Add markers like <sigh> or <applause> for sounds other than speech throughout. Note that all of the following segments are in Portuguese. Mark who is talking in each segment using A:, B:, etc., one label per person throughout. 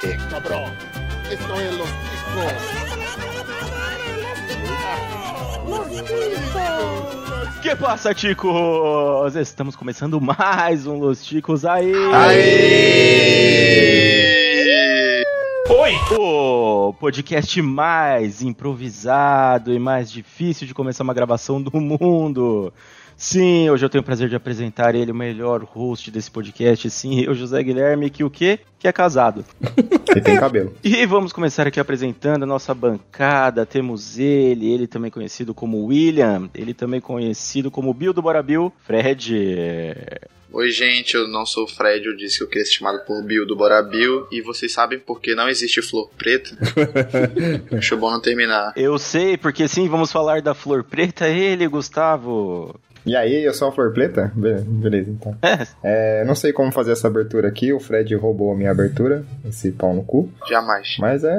A: ¡Cállate, cabrón! Esto es los ticos.
B: Que passa, Ticos? Estamos começando mais um Los Ticos aí.
A: Aê!
B: Oi! O podcast mais improvisado e mais difícil de começar uma gravação do mundo. Sim, hoje eu tenho o prazer de apresentar ele, o melhor host desse podcast. Sim, eu, José Guilherme, que o quê? Que é casado.
C: E tem cabelo.
B: <laughs> E vamos começar aqui apresentando a nossa bancada. Temos ele, ele também conhecido como William, ele também conhecido como Bill do Bora Bill, Fred.
D: Oi, gente, eu não sou o Fred, eu disse que eu queria ser chamado por Bill do Bora Bill, e vocês sabem por que não existe flor preta? Acho bom não terminar.
B: Eu sei, porque sim, vamos falar da flor preta, ele, Gustavo.
C: E aí, eu sou a Flor Preta? Be beleza, então. é, não sei como fazer essa abertura aqui, o Fred roubou a minha abertura, esse pau no cu.
D: Jamais.
C: Mas é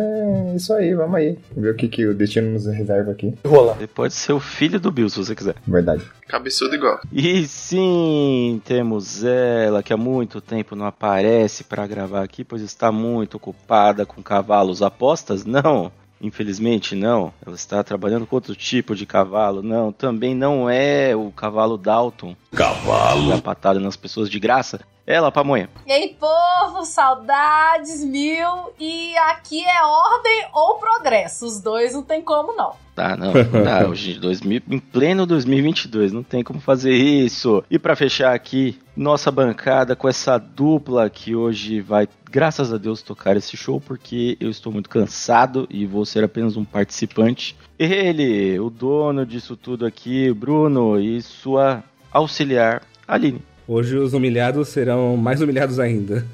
C: isso aí, vamos aí. Ver o que, que o destino nos reserva aqui.
B: Rola. Você pode ser o filho do Bill, se você quiser.
C: Verdade.
D: Cabeçudo igual.
B: E sim, temos ela, que há muito tempo não aparece para gravar aqui, pois está muito ocupada com cavalos apostas, não? Infelizmente, não. Ela está trabalhando com outro tipo de cavalo. Não, também não é o cavalo Dalton.
A: Cavalo.
B: Dá patada nas pessoas de graça. Ela, pamonha.
E: Ei, povo, saudades mil. E aqui é ordem ou progresso. Os dois não tem como, não.
B: Tá, não, não dá. Hoje, 2000, em pleno 2022, não tem como fazer isso. E para fechar aqui, nossa bancada com essa dupla que hoje vai graças a Deus, tocar esse show, porque eu estou muito cansado e vou ser apenas um participante. Ele, o dono disso tudo aqui, Bruno, e sua auxiliar, Aline.
F: Hoje os humilhados serão mais humilhados ainda.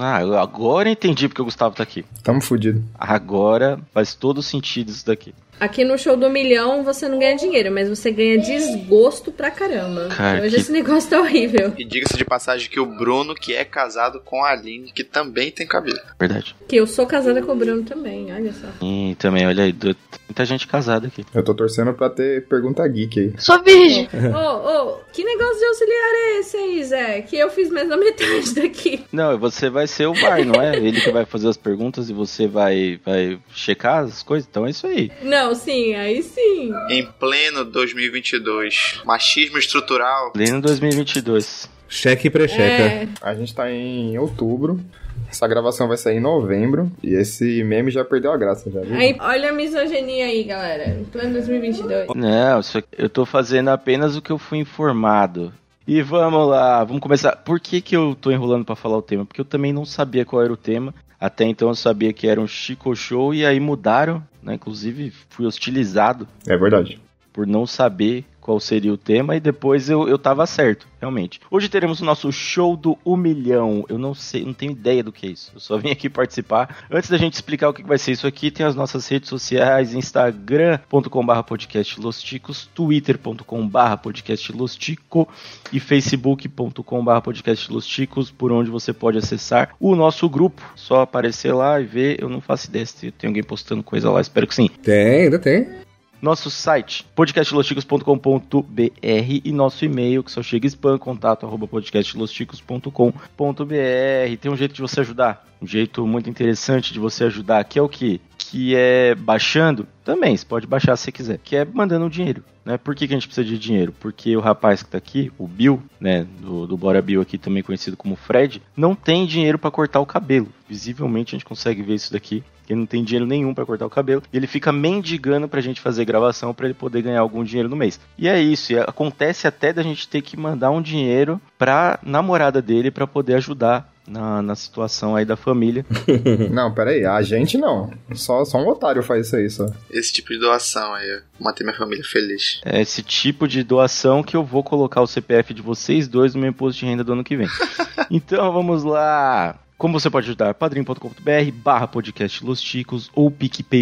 B: ah, agora entendi porque o Gustavo tá aqui.
C: Tamo fudido.
B: Agora faz todo sentido isso daqui.
G: Aqui no show do milhão você não ganha dinheiro, mas você ganha desgosto pra caramba.
B: Cara,
G: Hoje
B: que-
G: esse negócio tá horrível.
D: E diga-se de passagem que o Bruno, que é casado com a Aline, que também tem cabelo.
B: Verdade.
G: Que eu sou casada com o Bruno também, olha só.
B: <laughs> E também, olha aí, do- muita gente casada aqui.
C: Eu tô torcendo pra ter pergunta geek aí.
H: Sou virgem.
G: Ô, ô, que negócio de auxiliar é esse aí, Zé? Que eu fiz mais da metade <laughs> daqui.
B: Não, você vai ser o VAR, não é? Ele que vai fazer as perguntas e você vai, vai checar as coisas. Então é isso aí.
G: Não, sim, aí sim.
D: Em pleno 2022, machismo estrutural.
B: Pleno 2022.
F: Cheque e pré-checa.
G: É,
C: A gente tá em outubro. Essa gravação vai sair em novembro. E esse meme já perdeu a graça, já viu?
G: É, aí, olha a misoginia aí, galera. Em plano 2022.
B: Não, isso aqui- eu tô fazendo apenas o que eu fui informado. E vamos lá, vamos começar. Por que, que eu tô enrolando pra falar o tema? Porque eu também não sabia qual era o tema. Até então eu sabia que era um Chico Show e aí mudaram, né? Inclusive fui hostilizado
C: É verdade.
B: por não saber qual seria o tema e depois eu, eu tava certo, realmente. Hoje teremos o nosso show do um milhão. Eu não sei, não tenho ideia do que é isso. Eu só vim aqui participar. Antes da gente explicar o que vai ser isso aqui, tem as nossas redes sociais, instagram.com.br podcast Los Ticos, twitter.com.br podcast Los Tico e facebook.com.br podcast Los Ticos, por onde você pode acessar o nosso grupo. Só aparecer lá e ver. Eu não faço ideia se tem alguém postando coisa lá, espero que sim.
F: Tem, ainda tem.
B: Nosso site, podcastlosticos.com.br e nosso e-mail, que só chega spam, contato arroba podcastlosticos.com.br. Tem um jeito de você ajudar, um jeito muito interessante de você ajudar, que é o que? Que é baixando, também, você pode baixar se quiser, que é mandando um dinheiro. Né? Por que, que a gente precisa de dinheiro? Porque o rapaz que tá aqui, o Bill, né, do, do Bora Bill aqui, também conhecido como Fred, não tem dinheiro para cortar o cabelo. Visivelmente a gente consegue ver isso daqui ele não tem dinheiro nenhum pra cortar o cabelo, e ele fica mendigando pra gente fazer gravação pra ele poder ganhar algum dinheiro no mês. E é isso, e acontece até da gente ter que mandar um dinheiro pra namorada dele pra poder ajudar na, na situação aí da família.
C: Não, pera aí. A gente não. Só, só um otário faz isso aí, só.
D: Esse tipo de doação aí, ó. manter minha família feliz.
B: É esse tipo de doação que eu vou colocar o CPF de vocês dois no meu imposto de renda do ano que vem. Então vamos lá. Como você pode ajudar? padrim.com.br barra podcast Los Ticos ou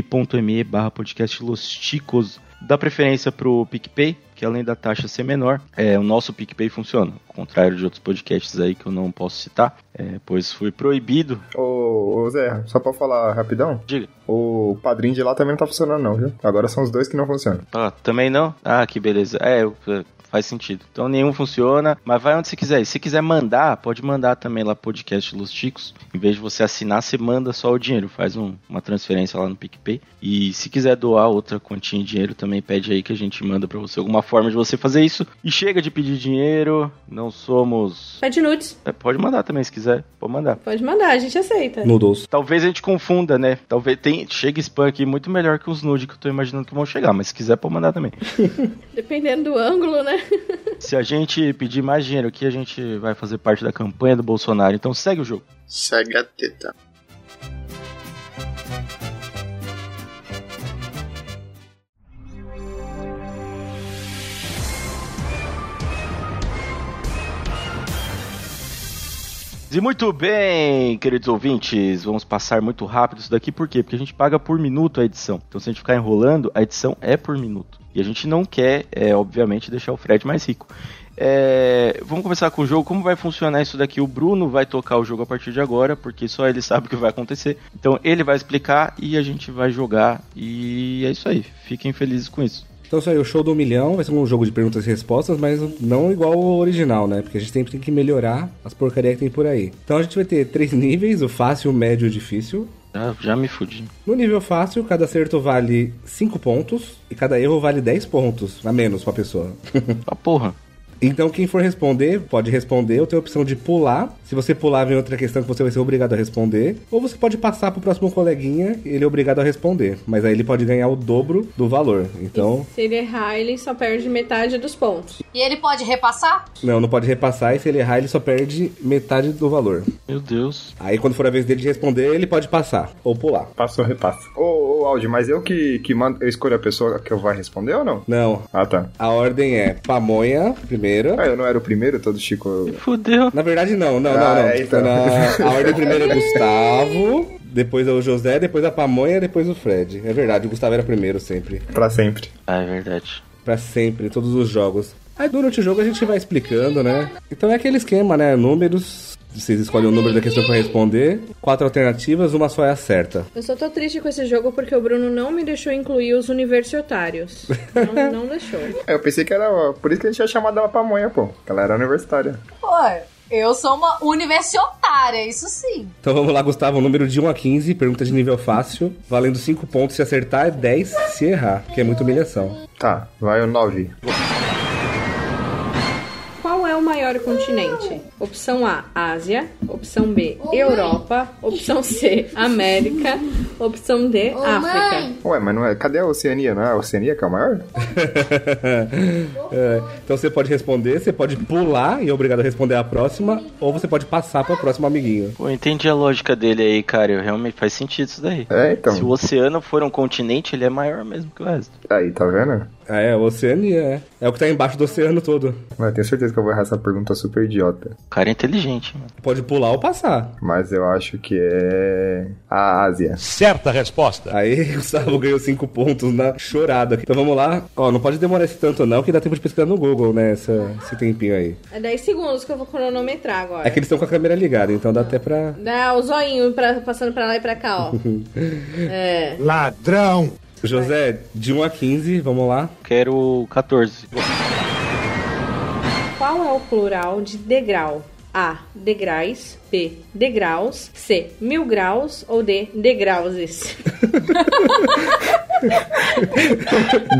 B: picpay.me barra podcast Los Ticos. Dá preferência pro PicPay, que além da taxa ser menor, é, o nosso PicPay funciona. Ao contrário de outros podcasts aí que eu não posso citar, é, pois fui proibido.
C: Ô, ô Zé, só pra falar rapidão.
B: Diga.
C: O padrinho de lá também não tá funcionando, não, viu? Agora são os dois que não funcionam.
B: Ah, também não? Ah, que beleza. É, eu, é, faz sentido. Então nenhum funciona, mas vai onde você quiser. E se quiser mandar, pode mandar também lá podcast Los Chicos. Em vez de você assinar, você manda só o dinheiro, faz um- uma transferência lá no PicPay. E se quiser doar outra quantia em dinheiro, também pede aí que a gente manda pra você alguma forma de você fazer isso. E chega de pedir dinheiro, não somos.
G: Pede nudes.
B: É, pode mandar também se quiser, pode mandar.
G: Pode mandar, a gente aceita.
F: Noodles.
B: Talvez a gente confunda, né? Talvez tem, chegue spam aqui muito melhor que os nude que eu tô imaginando que vão chegar, mas se quiser pode mandar também.
G: Dependendo do ângulo, né?
B: Se a gente pedir mais dinheiro aqui, a gente vai fazer parte da campanha do Bolsonaro. Então segue o jogo.
D: Segue a teta.
B: E muito bem, queridos ouvintes, vamos passar muito rápido isso daqui, por quê? Porque a gente paga por minuto a edição. Então se a gente ficar enrolando, a edição é por minuto. E a gente não quer, é, obviamente, deixar o Fred mais rico. É, vamos começar com o jogo. Como vai funcionar isso daqui? O Bruno vai tocar o jogo a partir de agora, porque só ele sabe o que vai acontecer. Então ele vai explicar e a gente vai jogar. E é isso aí. Fiquem felizes com isso.
F: Então isso aí, o show do milhão vai ser um jogo de perguntas e respostas, mas não igual o original, né? Porque a gente sempre tem que melhorar as porcarias que tem por aí. Então a gente vai ter três <laughs> níveis, o fácil, o médio e o difícil.
B: Ah, já me fudi.
F: No nível fácil, cada acerto vale 5 pontos e cada erro vale 10 pontos, a menos pra pessoa.
B: Ah, porra.
F: Então quem for responder, pode responder, ou tem a opção de pular. Se você pular, vem outra questão que você vai ser obrigado a responder. Ou você pode passar pro próximo coleguinha, ele é obrigado a responder. Mas aí ele pode ganhar o dobro do valor. Então,
G: Se ele errar, ele só perde metade dos pontos.
E: E ele pode repassar?
F: não, não pode repassar, e se ele errar, ele só perde metade do valor.
B: Meu Deus.
F: Aí quando for a vez dele de responder, ele pode passar, ou pular.
C: Passa ou repassa. Ô, ô, Aldi, mas eu que, que mando, eu escolho a pessoa que eu vai responder ou não?
F: Não,
C: Ah, tá.
F: a ordem é pamonha, primeiro.
C: Ah, eu não era o primeiro, todo Chico. eu-
B: Fudeu.
F: Na verdade, não, não,
C: Ah,
F: não, não.
C: é, então.
F: Na- a ordem primeiro é Gustavo, depois é o José, depois a Pamonha, depois o Fred. É verdade, o Gustavo era primeiro sempre.
C: Pra sempre.
B: Ah, é verdade.
F: Pra sempre, em todos os jogos. Aí durante o jogo a gente vai explicando, né? Então é aquele esquema, né? Números. Vocês escolhem o número da questão pra responder. Quatro alternativas, uma só é a certa.
G: Eu só tô triste com esse jogo porque o Bruno não me deixou incluir
F: <laughs>
G: os universitários. Não, não deixou.
C: É, eu pensei que era. Por isso que a gente ia chamar dela pamonha, pô. Que ela era universitária.
E: Ué, eu sou uma universitária, isso sim.
F: Então vamos lá, Gustavo. Número de 1 a 15, pergunta de nível fácil. Valendo 5 pontos se acertar, 10 se errar, que é muita humilhação. <laughs>
C: Tá, vai o 9.
G: Qual é o maior continente? Opção A, Ásia. Opção B, Europa. Opção C, América. Opção D, África.
C: Ué, mas não é. Cadê a Oceania? Não é a Oceania que é o maior?
F: É, então você pode responder, você pode pular e é obrigado a responder a próxima, ou você pode passar para o próximo amiguinho.
B: Pô, entendi a lógica dele aí, cara. Eu Realmente faz sentido isso daí.
C: É, então.
B: Se o oceano for um continente, ele é maior mesmo que o resto.
C: Aí, tá vendo?
F: Ah, é, Oceania, é. É o que tá embaixo do oceano todo.
C: Ué, tenho certeza que eu vou errar essa pergunta super idiota.
B: O cara é inteligente, mano.
F: Pode pular ou passar.
C: Mas eu acho que é. A Ásia.
H: Certa resposta.
F: Aí <laughs> Gustavo ganhou 5 pontos na chorada. Então vamos lá. Ó, não pode demorar esse tanto não, que dá tempo de pesquisar no Google, né, essa- esse tempinho aí.
G: É 10 segundos que eu vou cronometrar agora.
F: É que eles estão com a câmera ligada, então dá até pra...
G: Dá o zoinho pra- passando pra lá e pra
F: <laughs>
G: cá, ó. é.
H: Ladrão.
F: José, de 1 a 15, vamos lá.
B: Quero 14.
G: Qual é o plural de degrau? A. Degrais. B. Degraus. C. Mil graus. Ou D. Degrauses.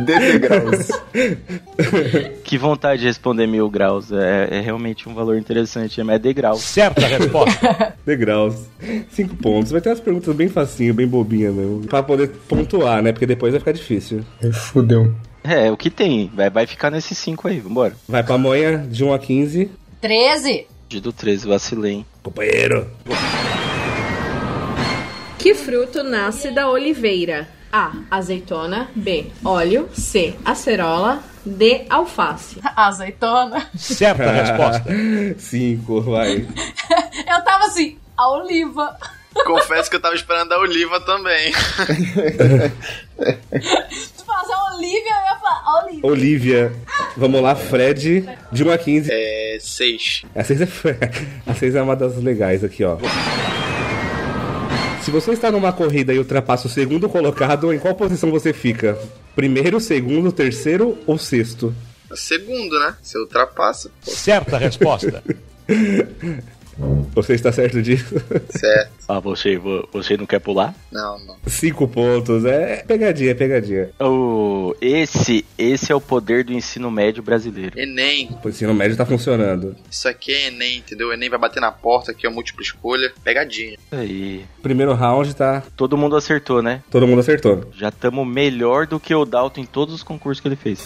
C: Degraus.
B: Que vontade de responder mil graus. É, é realmente um valor interessante. É degrau.
H: Certa resposta.
F: Degraus. Cinco pontos. Vai ter umas perguntas bem facinho, bem bobinha mesmo. Pra poder pontuar, né? Porque depois vai ficar difícil.
C: Fudeu.
B: É, o que tem. Vai, vai ficar nesses 5 aí. Vambora.
F: Vai pra manhã, de 1 a 15.
E: 13?
B: De do 13, vacilei. hein?
F: Companheiro.
G: que fruto nasce da oliveira? A. Azeitona. B. Óleo. C. Acerola. D. Alface.
E: <laughs> Azeitona.
H: Certa
F: <laughs>
H: Tá resposta.
F: Cinco, vai.
E: Eu tava assim, a oliva.
D: <laughs> Confesso que eu tava esperando a Oliva também.
E: Tu faz a Olivia, eu ia falar, a Olivia.
F: Olivia. Vamos lá, Fred. De 1 a 15.
D: É. Seis.
F: A 6 é, <laughs> a seis é uma das legais aqui, ó. Se você está numa corrida e ultrapassa o segundo colocado, em qual posição você fica? Primeiro, segundo, terceiro ou sexto?
D: Segundo, né? Você ultrapassa.
H: Certa resposta.
F: Você está certo disso? <laughs>
D: Certo.
B: Ah, você, vo- você não quer pular?
D: Não, não.
F: Cinco pontos. É pegadinha, pegadinha.
B: O- esse, esse é o poder do ensino médio brasileiro.
D: Enem.
F: O ensino médio tá funcionando.
D: Isso aqui é Enem, entendeu? O Enem vai bater na porta, aqui é múltipla escolha. Pegadinha.
B: Aí,
F: Primeiro round tá.
B: todo mundo acertou, né?
F: Todo mundo acertou.
B: Já estamos melhor do que o Dalton em todos os concursos que ele fez.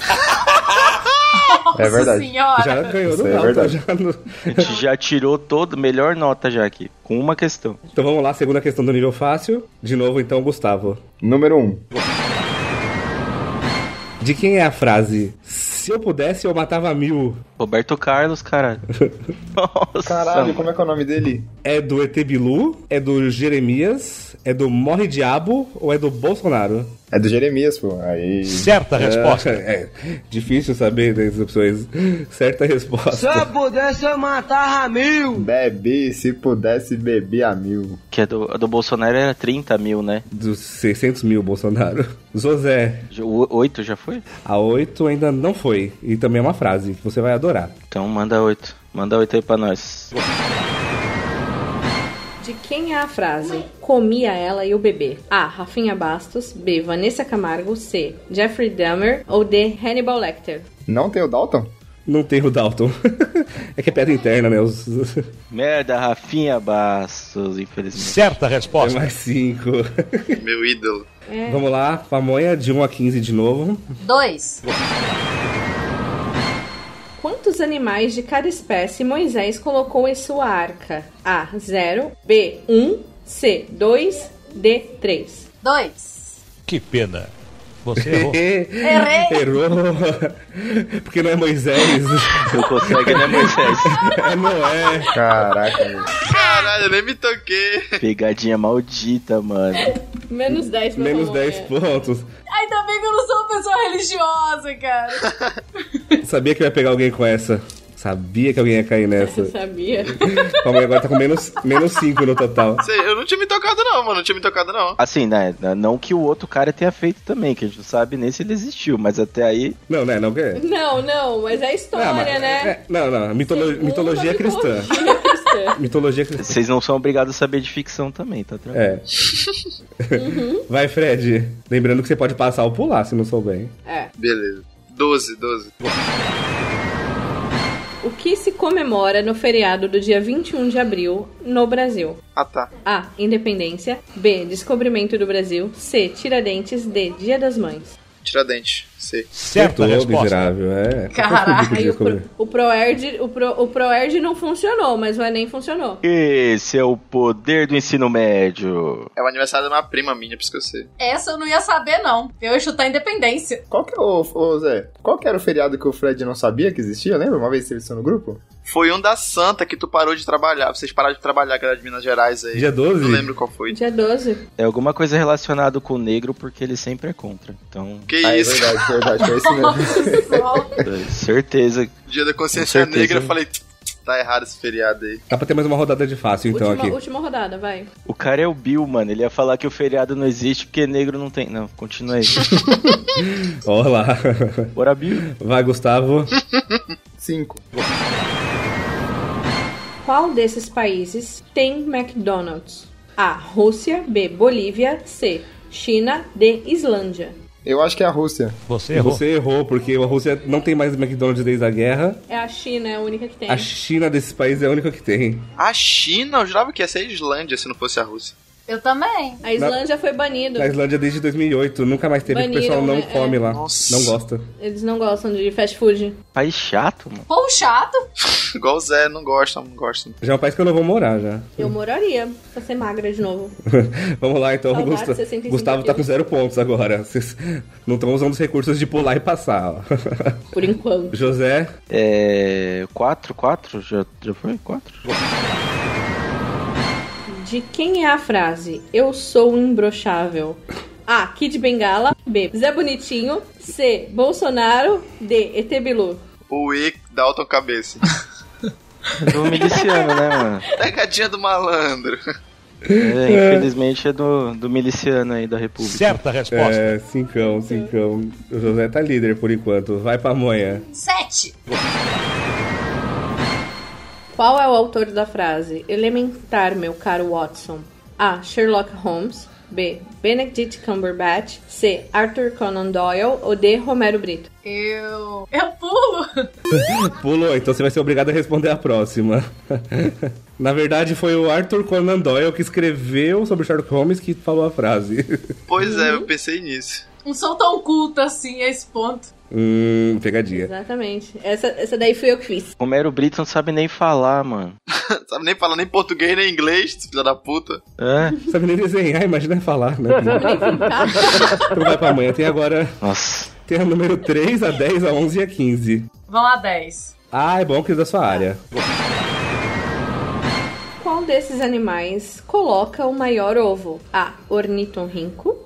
E: Nossa
C: É verdade.
E: senhora.
F: Já ganhou
C: Isso
F: no
C: é
F: round.
C: verdade.
F: já no-
B: A gente já tirou todo, melhor nota já aqui, com uma questão.
F: Então vamos lá, segunda questão do nível fácil. De novo, então, Gustavo.
C: Número 1. Um.
F: De quem é a frase? Se eu pudesse, eu matava mil.
B: Roberto Carlos, caralho. Nossa.
C: Caralho, como é que é o nome dele?
F: É do ET Bilu? É do Jeremias? É do Morre Diabo? Ou é do Bolsonaro? <laughs>
C: É do Jeremias, pô. Aí.
H: Certa resposta.
F: É, é difícil saber das opções. Certa resposta.
C: Bebi, se pudesse, bebi a mil.
B: Que a do, a do Bolsonaro era 30 mil, né?
F: Dos 600 mil, Bolsonaro. José,
B: Já- o- Oito já foi?
F: a 8 ainda não foi. E também é uma frase que você vai adorar.
B: Então manda oito. Manda oito aí pra nós.
G: De quem é a frase? Comia ela e o bebê. A. Rafinha Bastos. B. Vanessa Camargo. C. Jeffrey Dahmer. Ou D. Hannibal Lecter.
C: Não tem o Dalton?
F: Não tem o Dalton. <laughs> é que é pedra interna, né? Os...
B: Merda, Rafinha Bastos, infelizmente.
H: Certa
F: É
H: resposta.
F: mais 5.
D: Meu ídolo.
F: <laughs>
G: É,
F: Vamos lá, pamonha de 1 a 15 de novo.
E: Dois.
G: Quantos animais de cada espécie Moisés colocou em sua arca? A. 0. B. 1. C. 2. D. 3.
E: Dois.
H: Que pena.
F: <laughs>
H: Você errou.
E: Errei.
F: Errou. Porque não é Moisés.
B: Não consegue, né, Moisés?
F: <laughs> é Noé.
C: Caraca, meu.
D: Caralho, eu nem me toquei.
B: Pegadinha maldita, mano.
G: Menos 10 pra né?
F: Menos
G: pamonha.
F: 10 pontos.
E: Ainda bem que eu não sou uma pessoa religiosa, cara.
F: Sabia que eu ia pegar alguém com essa. Sabia que alguém ia cair nessa.
G: Eu sabia.
F: Pamonha agora tá com menos 5 no total.
D: Sei, Eu não tinha me tocado, não, mano. Não tinha me tocado, não.
B: Assim, né? Não que o outro cara tenha feito também, que a gente não sabe nem se ele existiu, mas até aí.
F: Não, né? Não quer.
G: Não, não, mas é história,
F: não, mas-
G: né?
F: é, não, não. Mitolo-
G: Segunda
F: mitologia cristã.
G: mitologia cristã. <laughs>
F: Mitologia cristã.
B: Vocês não são obrigados a saber de ficção também, tá? tranquilo?
F: É.
G: Uhum.
F: Vai, Fred. Lembrando que você pode passar ou pular se não souber. hein?
G: É.
D: Beleza. 12, 12.
G: O que se comemora no feriado do dia 21 de abril no Brasil?
D: Ah, tá.
G: A. Independência. B. Descobrimento do Brasil. C. Tiradentes. D. Dia das Mães.
D: Tiradentes. Sei.
H: Certa
F: Acertou,
H: resposta.
F: miserável. É.
E: Caralho.
G: Aí o, pro, o Proerd o Pro- o Proerd não funcionou, mas o Enem funcionou.
B: Esse é o poder do ensino médio.
D: É o aniversário de uma prima minha, por isso que eu sei.
E: Essa eu não ia saber, não. Eu ia chutar independência.
C: <laughs> Qual que é o, ô, Zé? Qual que era o feriado que o Fred não sabia que existia? Lembra? Uma vez que você listou no grupo?
D: Foi um da Santa que tu parou de trabalhar. Vocês pararam de trabalhar, galera de Minas Gerais aí.
F: Dia 12?
D: Não lembro qual foi.
G: Dia 12.
B: É alguma coisa relacionada com o negro, porque ele sempre é contra. <laughs> Então,
D: Que
C: Ah, é
D: isso?
C: verdade, verdade, foi isso mesmo.
E: <laughs> Nossa,
B: é certeza.
D: Dia da Consciência
B: Com certeza,
D: Negra, eu
B: né?
D: falei, "Tch, tch, tá errado esse feriado aí.
F: Dá pra ter mais uma rodada de fácil, então,
G: última,
F: aqui.
G: última rodada, vai.
B: O cara é o Bill, mano. Ele ia falar que o feriado não existe porque negro não tem. Não, <laughs> continua aí.
F: Olá.
B: Bora, Bill.
F: <laughs> Vai, Gustavo.
C: Cinco.
G: Qual desses países tem McDonald's? A. Rússia. B. Bolívia. C. China. D. Islândia.
C: Eu acho que é a Rússia.
H: Você errou.
F: Você errou, porque a Rússia não tem mais McDonald's desde a guerra.
G: É a China, é a única que tem.
F: A China desse país é a única que tem.
D: A China, eu jurava que ia ser a Islândia se não fosse a Rússia.
E: Eu também.
G: A Islândia foi banida.
F: Na Islândia desde 2008, nunca mais teve, porque o pessoal não
G: Baniram, né?
F: come
G: É.
F: lá.
D: Nossa.
F: Não gosta.
G: Eles não gostam de fast food.
B: País chato, mano.
E: Povo chato.
D: Igual o Zé, não gosta, não gosta.
F: Já é um país que eu não vou morar já. <laughs>
G: Eu moraria pra ser magra de novo.
F: Vamos lá então,
G: Saudades,
F: Gusta-
G: 65
F: Gustavo tá com
G: quilos.
F: zero pontos agora. Vocês não estão usando os recursos de pular e passar, ó. <laughs>
G: Por enquanto.
F: José,
B: É. 4, 4? Já, já foi? 4?
G: De quem é a frase? Eu sou imbrochável. A. Kid Bengala. B. Zé Bonitinho. C. Bolsonaro. D. ET Bilu.
D: O E, Dalton <laughs> Cabeça.
B: Do É miliciano, né, mano?
D: Pegadinha do malandro.
B: <laughs> É, infelizmente é do, do miliciano aí da República.
H: Certa resposta.
F: É, cincão, cincão. O José tá líder por enquanto. Vai pra manhã.
E: Sete.
G: Qual é o autor da frase Elementar, meu caro Watson? A. Sherlock Holmes. B. Benedict Cumberbatch. C. Arthur Conan Doyle. Ou D. Romero Brito.
E: Eu. Eu pulo.
F: Pulou, então você vai ser obrigado a responder a próxima. <laughs> Na verdade, foi o Arthur Conan Doyle que escreveu sobre o Sherlock Holmes que falou a frase. <laughs>
D: Pois é, eu pensei nisso. <laughs>
E: Não sou tão culta assim a esse ponto.
F: Hum, pegadinha.
G: Exatamente. Essa, essa daí fui eu que fiz.
B: Romero Brito não sabe nem falar, mano.
D: Sabe nem falar nem português nem inglês, filha da puta.
B: É?
F: Não sabe nem desenhar, imagina falar, né? então vai pra manhã. Tem agora,
B: Nossa.
F: tem a número 3, a 10, a 11 e a 15.
E: Vão a dez.
F: Ah, é bom que é da sua área.
G: Qual desses animais coloca o maior ovo? A. Ornitorrinco.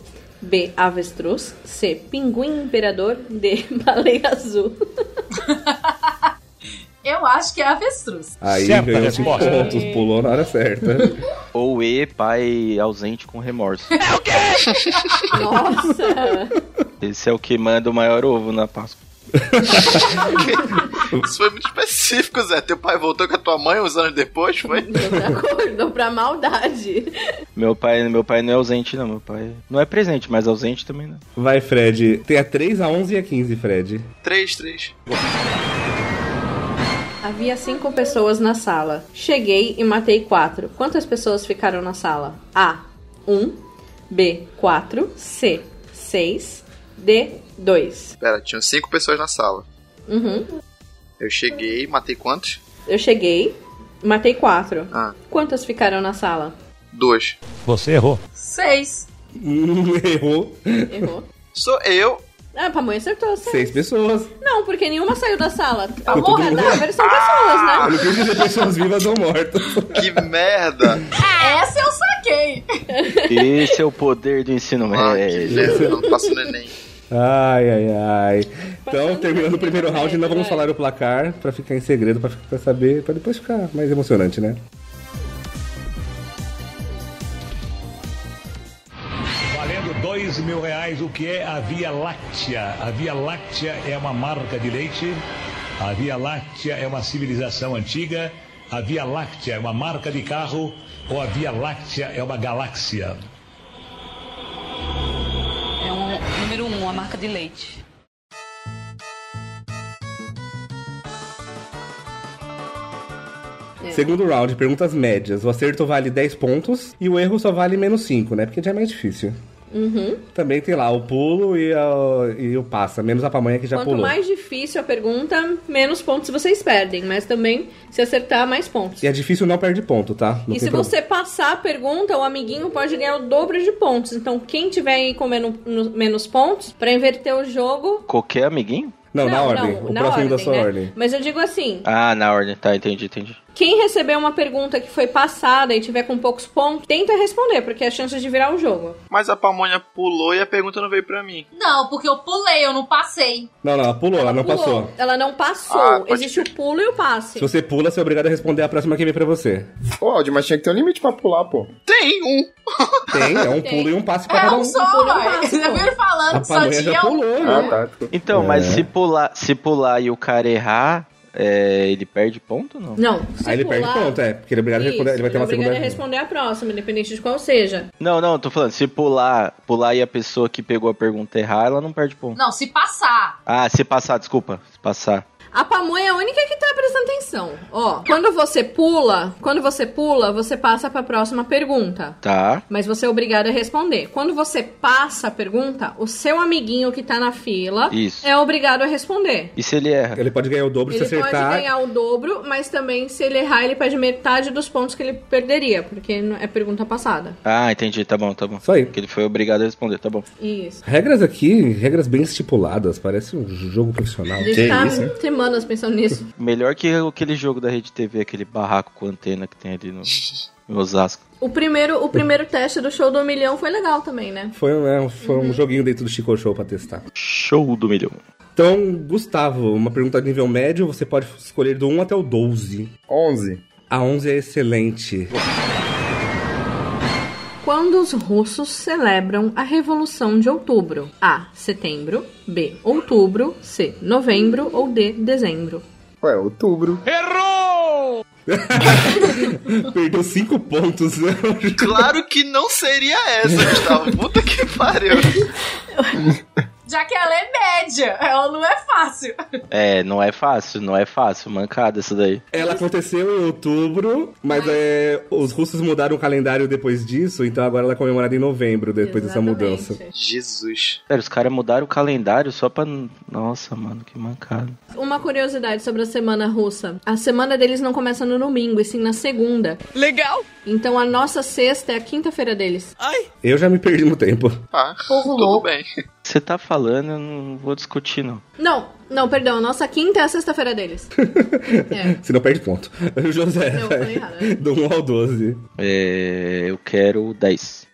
G: B. Avestruz. C. Pinguim imperador. D. <laughs> Baleia azul.
E: Eu acho que é avestruz.
F: Aí
H: Certa
F: ganhou 5
H: resposta.
F: pontos, pulou na hora certa.
B: Ou E, pai ausente com remorso.
G: Nossa! <laughs>
B: Esse é o que manda o maior ovo na Páscoa.
D: Isso foi muito específico, Zé. Teu pai voltou com a tua mãe uns anos depois, foi?
G: Uhum. Acordou pra maldade.
B: Meu pai, meu pai não é ausente, não. Meu pai não é presente, mas ausente
D: <laughs>
B: também não.
F: Vai, Fred. Tem a 3, a 11 e a 15, Fred.
D: 3, 3.
G: Havia cinco pessoas na sala. Cheguei e matei quatro. Quantas pessoas ficaram na sala? A. 1. B. 4. C. 6. D. 2.
D: Pera, tinham 5 pessoas na sala.
G: Uhum.
D: Eu cheguei, matei quantos?
G: Eu cheguei, matei quatro.
D: Ah,
G: Quantas ficaram na sala?
D: dois.
H: Você errou.
E: Seis.
F: Hum, <laughs> errou.
G: Errou.
D: Sou eu.
G: Ah, Pamonha acertou. Certo.
F: 6 pessoas.
G: Não, porque nenhuma saiu da sala.
F: todo
G: Pamonha,
F: mundo- Ah!
G: cadáver são pessoas, né?
F: Eu não quis dizer pessoas vivas ou mortas.
D: Que merda.
E: Essa eu saquei.
B: Esse é o poder do ensino
D: Ah, que
B: médio. É,
D: merda. Não passo neném.
F: Ai, ai, ai. Então,
G: Passando
F: terminando o
G: rápido,
F: primeiro
G: né?
F: round, ainda vamos
G: Vai.
F: falar o placar pra ficar em segredo, pra, fi- pra saber, pra depois ficar mais emocionante, né?
H: Valendo dois mil reais, o que é a Via Láctea? A Via Láctea é uma marca de leite, a Via Láctea é uma civilização antiga, a Via Láctea é uma marca de carro ou a Via Láctea é uma galáxia?
I: É um número um, a marca de leite.
G: É.
F: Segundo round, perguntas médias. O acerto vale 10 pontos e o erro só vale menos 5, né? Porque já é mais difícil.
G: Uhum.
F: Também tem lá o pulo e, a- e o passa, menos a pamonha que já
G: Quanto
F: pulou.
G: mais difícil a pergunta, menos pontos vocês perdem. Mas também, se acertar, mais pontos.
F: E é difícil não perde ponto, tá? Não tem
G: E se
F: problema.
G: você passar a pergunta, o amiguinho pode ganhar o dobro de pontos. Então, quem tiver aí com menu- no- menos pontos, pra inverter o jogo.
B: Qualquer amiguinho?
F: Não, na ordem. o
G: na
F: próximo da sua
G: né?
F: ordem.
G: Mas eu digo assim:
B: Ah, na ordem. Tá, entendi, entendi.
G: quem receber uma pergunta que foi passada e tiver com poucos pontos, tenta responder, porque é a chance de virar o jogo.
D: Mas a pamonha pulou e a pergunta não veio pra mim.
E: Não, porque eu pulei, eu não passei.
F: Não, não, ela pulou, ela não
G: Pulou.
F: passou.
G: Ela não passou.
D: Ah, pode
G: Existe o pulo e o passe.
F: Se você pula, você é obrigado a responder a próxima que vem pra você.
C: Ô, Aldi, mas tinha que ter um limite pra pular, pô.
D: Tem um.
F: Tem, é um
G: Tem.
F: pulo e um passe pra
E: É
F: cada um.
E: um só,
G: pulou
E: ué.
G: máximo.
E: Eu vi ele falando
F: A
E: que só
F: pamonha já
E: tinha um.
F: pulou, né?
C: Ah, tá. desculpa.
B: Então,
F: É.
B: mas se pular, se pular e o cara errar, é, ele perde ponto ou não?
G: Não, se
F: Aí ele
G: pular,
F: perde ponto, é. Porque ele é obrigado a
G: Isso,
F: responder, ele vai ter uma
G: obrigado
F: segunda.
G: a responder a próxima, independente de qual seja.
B: Não, não, eu tô falando, se pular, pular e a pessoa que pegou a pergunta errar, ela não perde ponto.
E: Não, se passar.
B: Ah, se passar, desculpa, se passar.
G: A pamonha é a única que tá prestando atenção. Ó, quando você pula, quando você pula, você passa pra próxima pergunta.
B: Tá.
G: Mas você é obrigado a responder. Quando você passa a pergunta, o seu amiguinho que tá na fila
B: Isso.
G: é obrigado a responder.
B: E se ele erra?
F: Ele pode ganhar o dobro
G: Ele
F: se acertar.
G: pode ganhar o dobro, mas também se ele errar, ele perde metade dos pontos que ele perderia, porque não- é pergunta passada.
B: Ah, entendi, tá bom, tá bom.
F: Isso aí.
B: Que ele foi obrigado a responder, tá bom.
G: Isso.
F: Regras aqui, regras bem estipuladas, parece um jogo profissional.
G: A gente tá semanas pensando nisso.
B: Melhor que aquele jogo da Rede TV, aquele barraco com antena que tem ali no, em Osasco.
G: O primeiro, o primeiro teste do show do milhão foi legal também, né?
F: Foi, né, foi um joguinho dentro do Chico Show pra testar.
B: Show do milhão.
F: Então, Gustavo, uma pergunta de nível médio, você pode escolher do 1 até o 12.
C: 11.
F: A 11 é excelente.
G: Quando os russos celebram a Revolução de Outubro? A. Setembro. B. Outubro. C. Novembro. Ou D. Dezembro.
C: Ué, outubro.
F: Perdeu cinco pontos. né?
D: Claro que não seria essa, Gustavo. Puta que pariu.
E: Já que ela é média, ela não é fácil.
B: É, não é fácil, não é fácil. Mancada isso daí.
F: <laughs> Ela aconteceu em outubro, mas é, os russos mudaram o calendário depois disso, então agora ela é comemorada em novembro, depois
G: Exatamente.
F: dessa mudança.
D: Jesus.
B: Pera, os caras mudaram o calendário só pra. Nossa, mano, que mancada.
G: Uma curiosidade sobre a semana russa. A semana deles não começa no domingo, e sim na segunda.
I: Legal!
G: Então a nossa sexta é a quinta-feira deles.
F: Eu já me perdi no tempo. <laughs>
D: Ah,
E: Povo
D: tudo
E: louco.
D: bem.
B: Você tá falando, eu não vou discutir, não.
G: Não, não, perdão. A nossa quinta é a sexta-feira
F: <laughs>
G: deles. é.
F: Se não perde ponto. José,
G: Não, falei errado.
F: <laughs> do 1 ao 12.
B: É, eu quero o 10.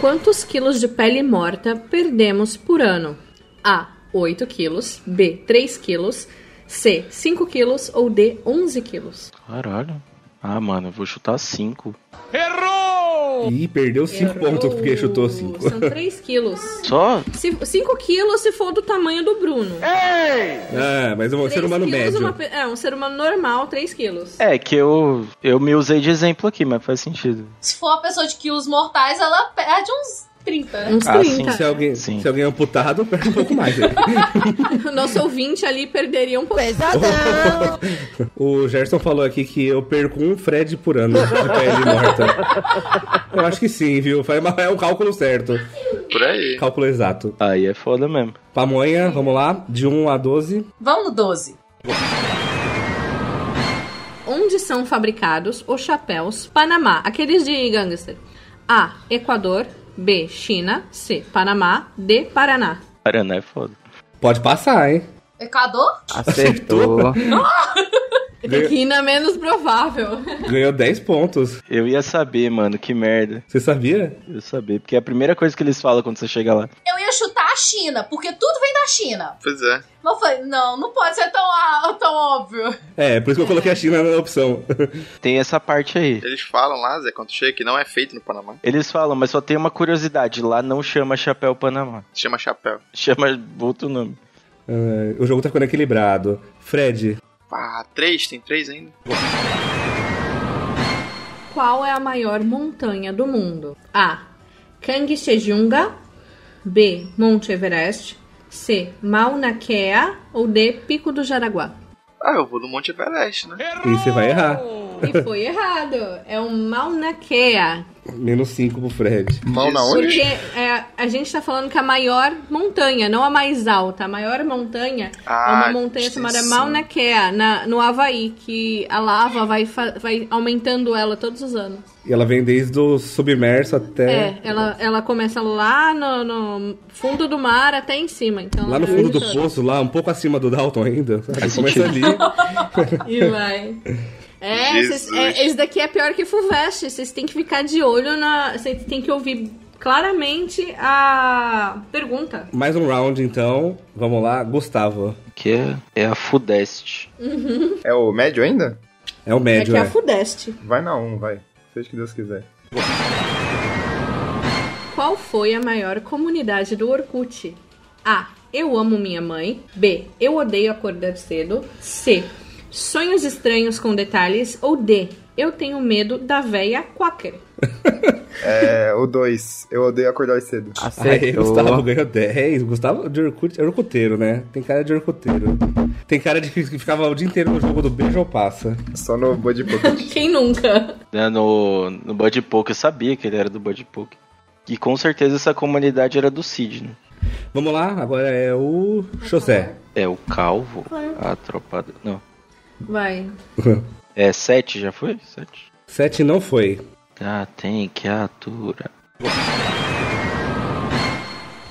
G: Quantos quilos de pele morta perdemos por ano? A. 8 quilos. B. 3 quilos. C. 5 quilos. Ou D. 11 quilos.
B: Caralho. Ah, mano, eu vou chutar 5.
F: Ih, perdeu 5
G: Errou.
F: pontos porque chutou 5.
G: São 3 quilos.
B: Só?
G: 5 quilos se for do tamanho do Bruno.
F: <laughs> Ah, mas um ser
G: É, Três
F: humano
G: quilos,
F: médio.
G: uma pe- é, um ser humano normal, 3 quilos.
B: É que eu, eu me usei de exemplo aqui, mas faz sentido.
E: Se for uma pessoa de quilos mortais, ela perde uns 30. né?
G: Uns
B: Ah,
G: 30.
F: Se alguém,
B: Sim.
F: se alguém é amputado, <laughs> perde um pouco mais. né?
G: O <laughs> nosso ouvinte ali perderia um pouco.
F: o Gerson falou aqui que eu perco um Fred por ano de pele morta. Eu acho que sim, viu? Faz- mas É o cálculo certo.
D: Por aí.
F: Cálculo exato.
B: Aí é foda mesmo.
F: Pamonha, vamos lá. De 1 a 12.
E: Vamos no 12.
G: Onde são fabricados os chapéus Panamá? Aqueles de gangster. A. Equador. B. China. C. Panamá. D. Paraná.
B: Paraná é foda.
F: Pode passar, hein?
E: Equador?
J: Acertou.
F: Ganhou,
G: China é menos provável.
F: ganhou 10 pontos.
B: Eu ia saber, mano, que merda.
F: Você sabia?
B: Eu ia saber, porque é a primeira coisa que eles falam quando você chega lá.
E: Eu ia chutar a China, porque tudo vem da China.
D: Pois é.
E: Mas eu falei, não, não pode ser tão, á- tão óbvio.
F: É, por isso que eu coloquei a China na opção. <laughs>
B: Tem essa parte aí.
D: Eles falam lá, Zé, quando chega, que não é feito no Panamá.
B: Eles falam, mas só tem uma curiosidade: lá não chama Chapéu Panamá. <laughs>
D: Chama chapéu.
B: Chama outro nome.
F: Ah, o jogo tá ficando equilibrado. Fred,
D: Ah, três? Tem três ainda?
G: <laughs> Qual é a maior montanha do mundo? A. Kang Sejunga. B. Monte Everest. C. Mauna Kea. Ou D. Pico do Jaraguá.
D: Ah, eu vou no Monte Everest, né?
F: e você vai errar.
G: E foi errado. É o Mauna Kea.
F: Menos 5 pro Fred.
C: Mão na
D: Jesus.
C: onde?
G: Porque é, a gente tá falando que a maior montanha, não a mais alta, a maior montanha é uma
D: Ah,
G: montanha chamada
D: sim.
G: Mauna Kea, na- no Havaí, que a lava vai, fa- vai aumentando ela todos os anos.
F: E ela vem desde o submerso até.
G: É, ela, ela começa lá no, no fundo do mar até em cima. Então
F: Lá no
G: ela
F: fundo do
G: vai
F: poço, lá, um pouco acima do Dalton ainda. sabe?
B: Faz
F: Começa ali.
G: <laughs> E vai. É,
D: Jesus.
G: cês- é, esse daqui é pior que Fulvestre. Vocês têm que ficar de olho na. Vocês têm que ouvir claramente a pergunta.
F: Mais um round, então. Vamos lá, Gustavo.
B: Que é, é a Fudeste.
C: É o médio ainda?
F: É o
G: É
F: médio,
G: que
F: é.
G: é a Fudeste.
C: Vai na 1, vai. Seja o que Deus quiser.
G: Qual foi a maior comunidade do Orkut? A. Eu amo minha mãe. B. Eu odeio acordar cedo. C. Sonhos estranhos com detalhes. Ou D. Eu tenho medo da véia quaker.
C: É, o 2. Eu odeio acordar cedo.
F: Aí,
J: Acertou.
F: Gustavo ganhou 10. Gustavo de Orkut, é Orkuteiro, né? Tem cara de Orkuteiro. Tem cara de que ficava o dia inteiro no jogo do Beijo ou Passa.
C: Só no Body
G: <laughs>
C: Pocket.
G: Quem nunca?
B: Né, No, no Bud Poke, eu sabia que ele era do Bud Poke. E com certeza essa comunidade era do Cid, né?
F: Vamos lá, agora é o José. <laughs>
B: É o Calvo, a tropa. do- Não.
G: Vai.
B: É 7, já foi? 7.
F: 7 não foi.
B: Ah, tem criatura.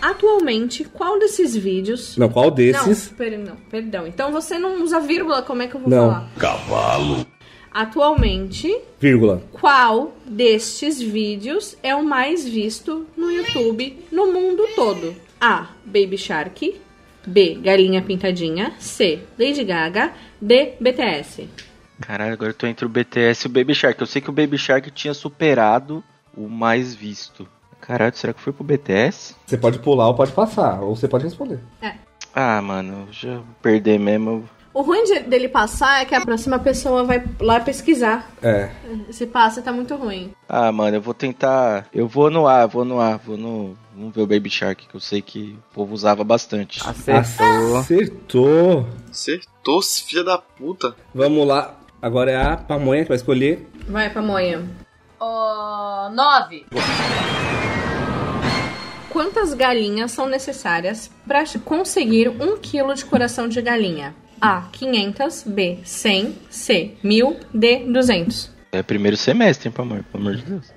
G: Atualmente, qual desses vídeos.
F: Não, qual desses?
G: Não, per- não, perdão. Então você não usa vírgula, como é que eu vou
F: Não.
G: falar? Cavalo. Atualmente,
F: Vírgula.
G: Qual destes vídeos é o mais visto no YouTube no mundo todo? A. Baby Shark. B. Galinha Pintadinha. C. Lady Gaga. D. BTS.
B: Caralho, agora eu tô entre o BTS e o Baby Shark. Eu sei que o Baby Shark tinha superado o mais visto. Caralho, será que foi pro BTS?
F: Você pode pular ou pode passar, ou você pode responder.
B: Ah, mano, eu já perder mesmo.
G: O ruim de- dele passar é que a próxima pessoa vai lá pesquisar.
F: É.
G: Se passa, tá muito ruim.
B: Ah, mano, eu vou tentar. Eu vou no A, vou no A, vou no. Vamos ver o Baby Shark, que eu sei que o povo usava bastante.
J: Acertou.
F: Acertou.
D: Acertou, filha da puta.
F: Vamos lá. Agora é a pamonha que vai escolher.
G: Vai, pamonha.
E: Ó, nove. <laughs>
G: Quantas galinhas são necessárias para conseguir 1 quilo de coração de galinha? A. 500. B. 100. C. 1000. D. 200.
B: É primeiro semestre, hein, Pamor? Pelo amor de Deus.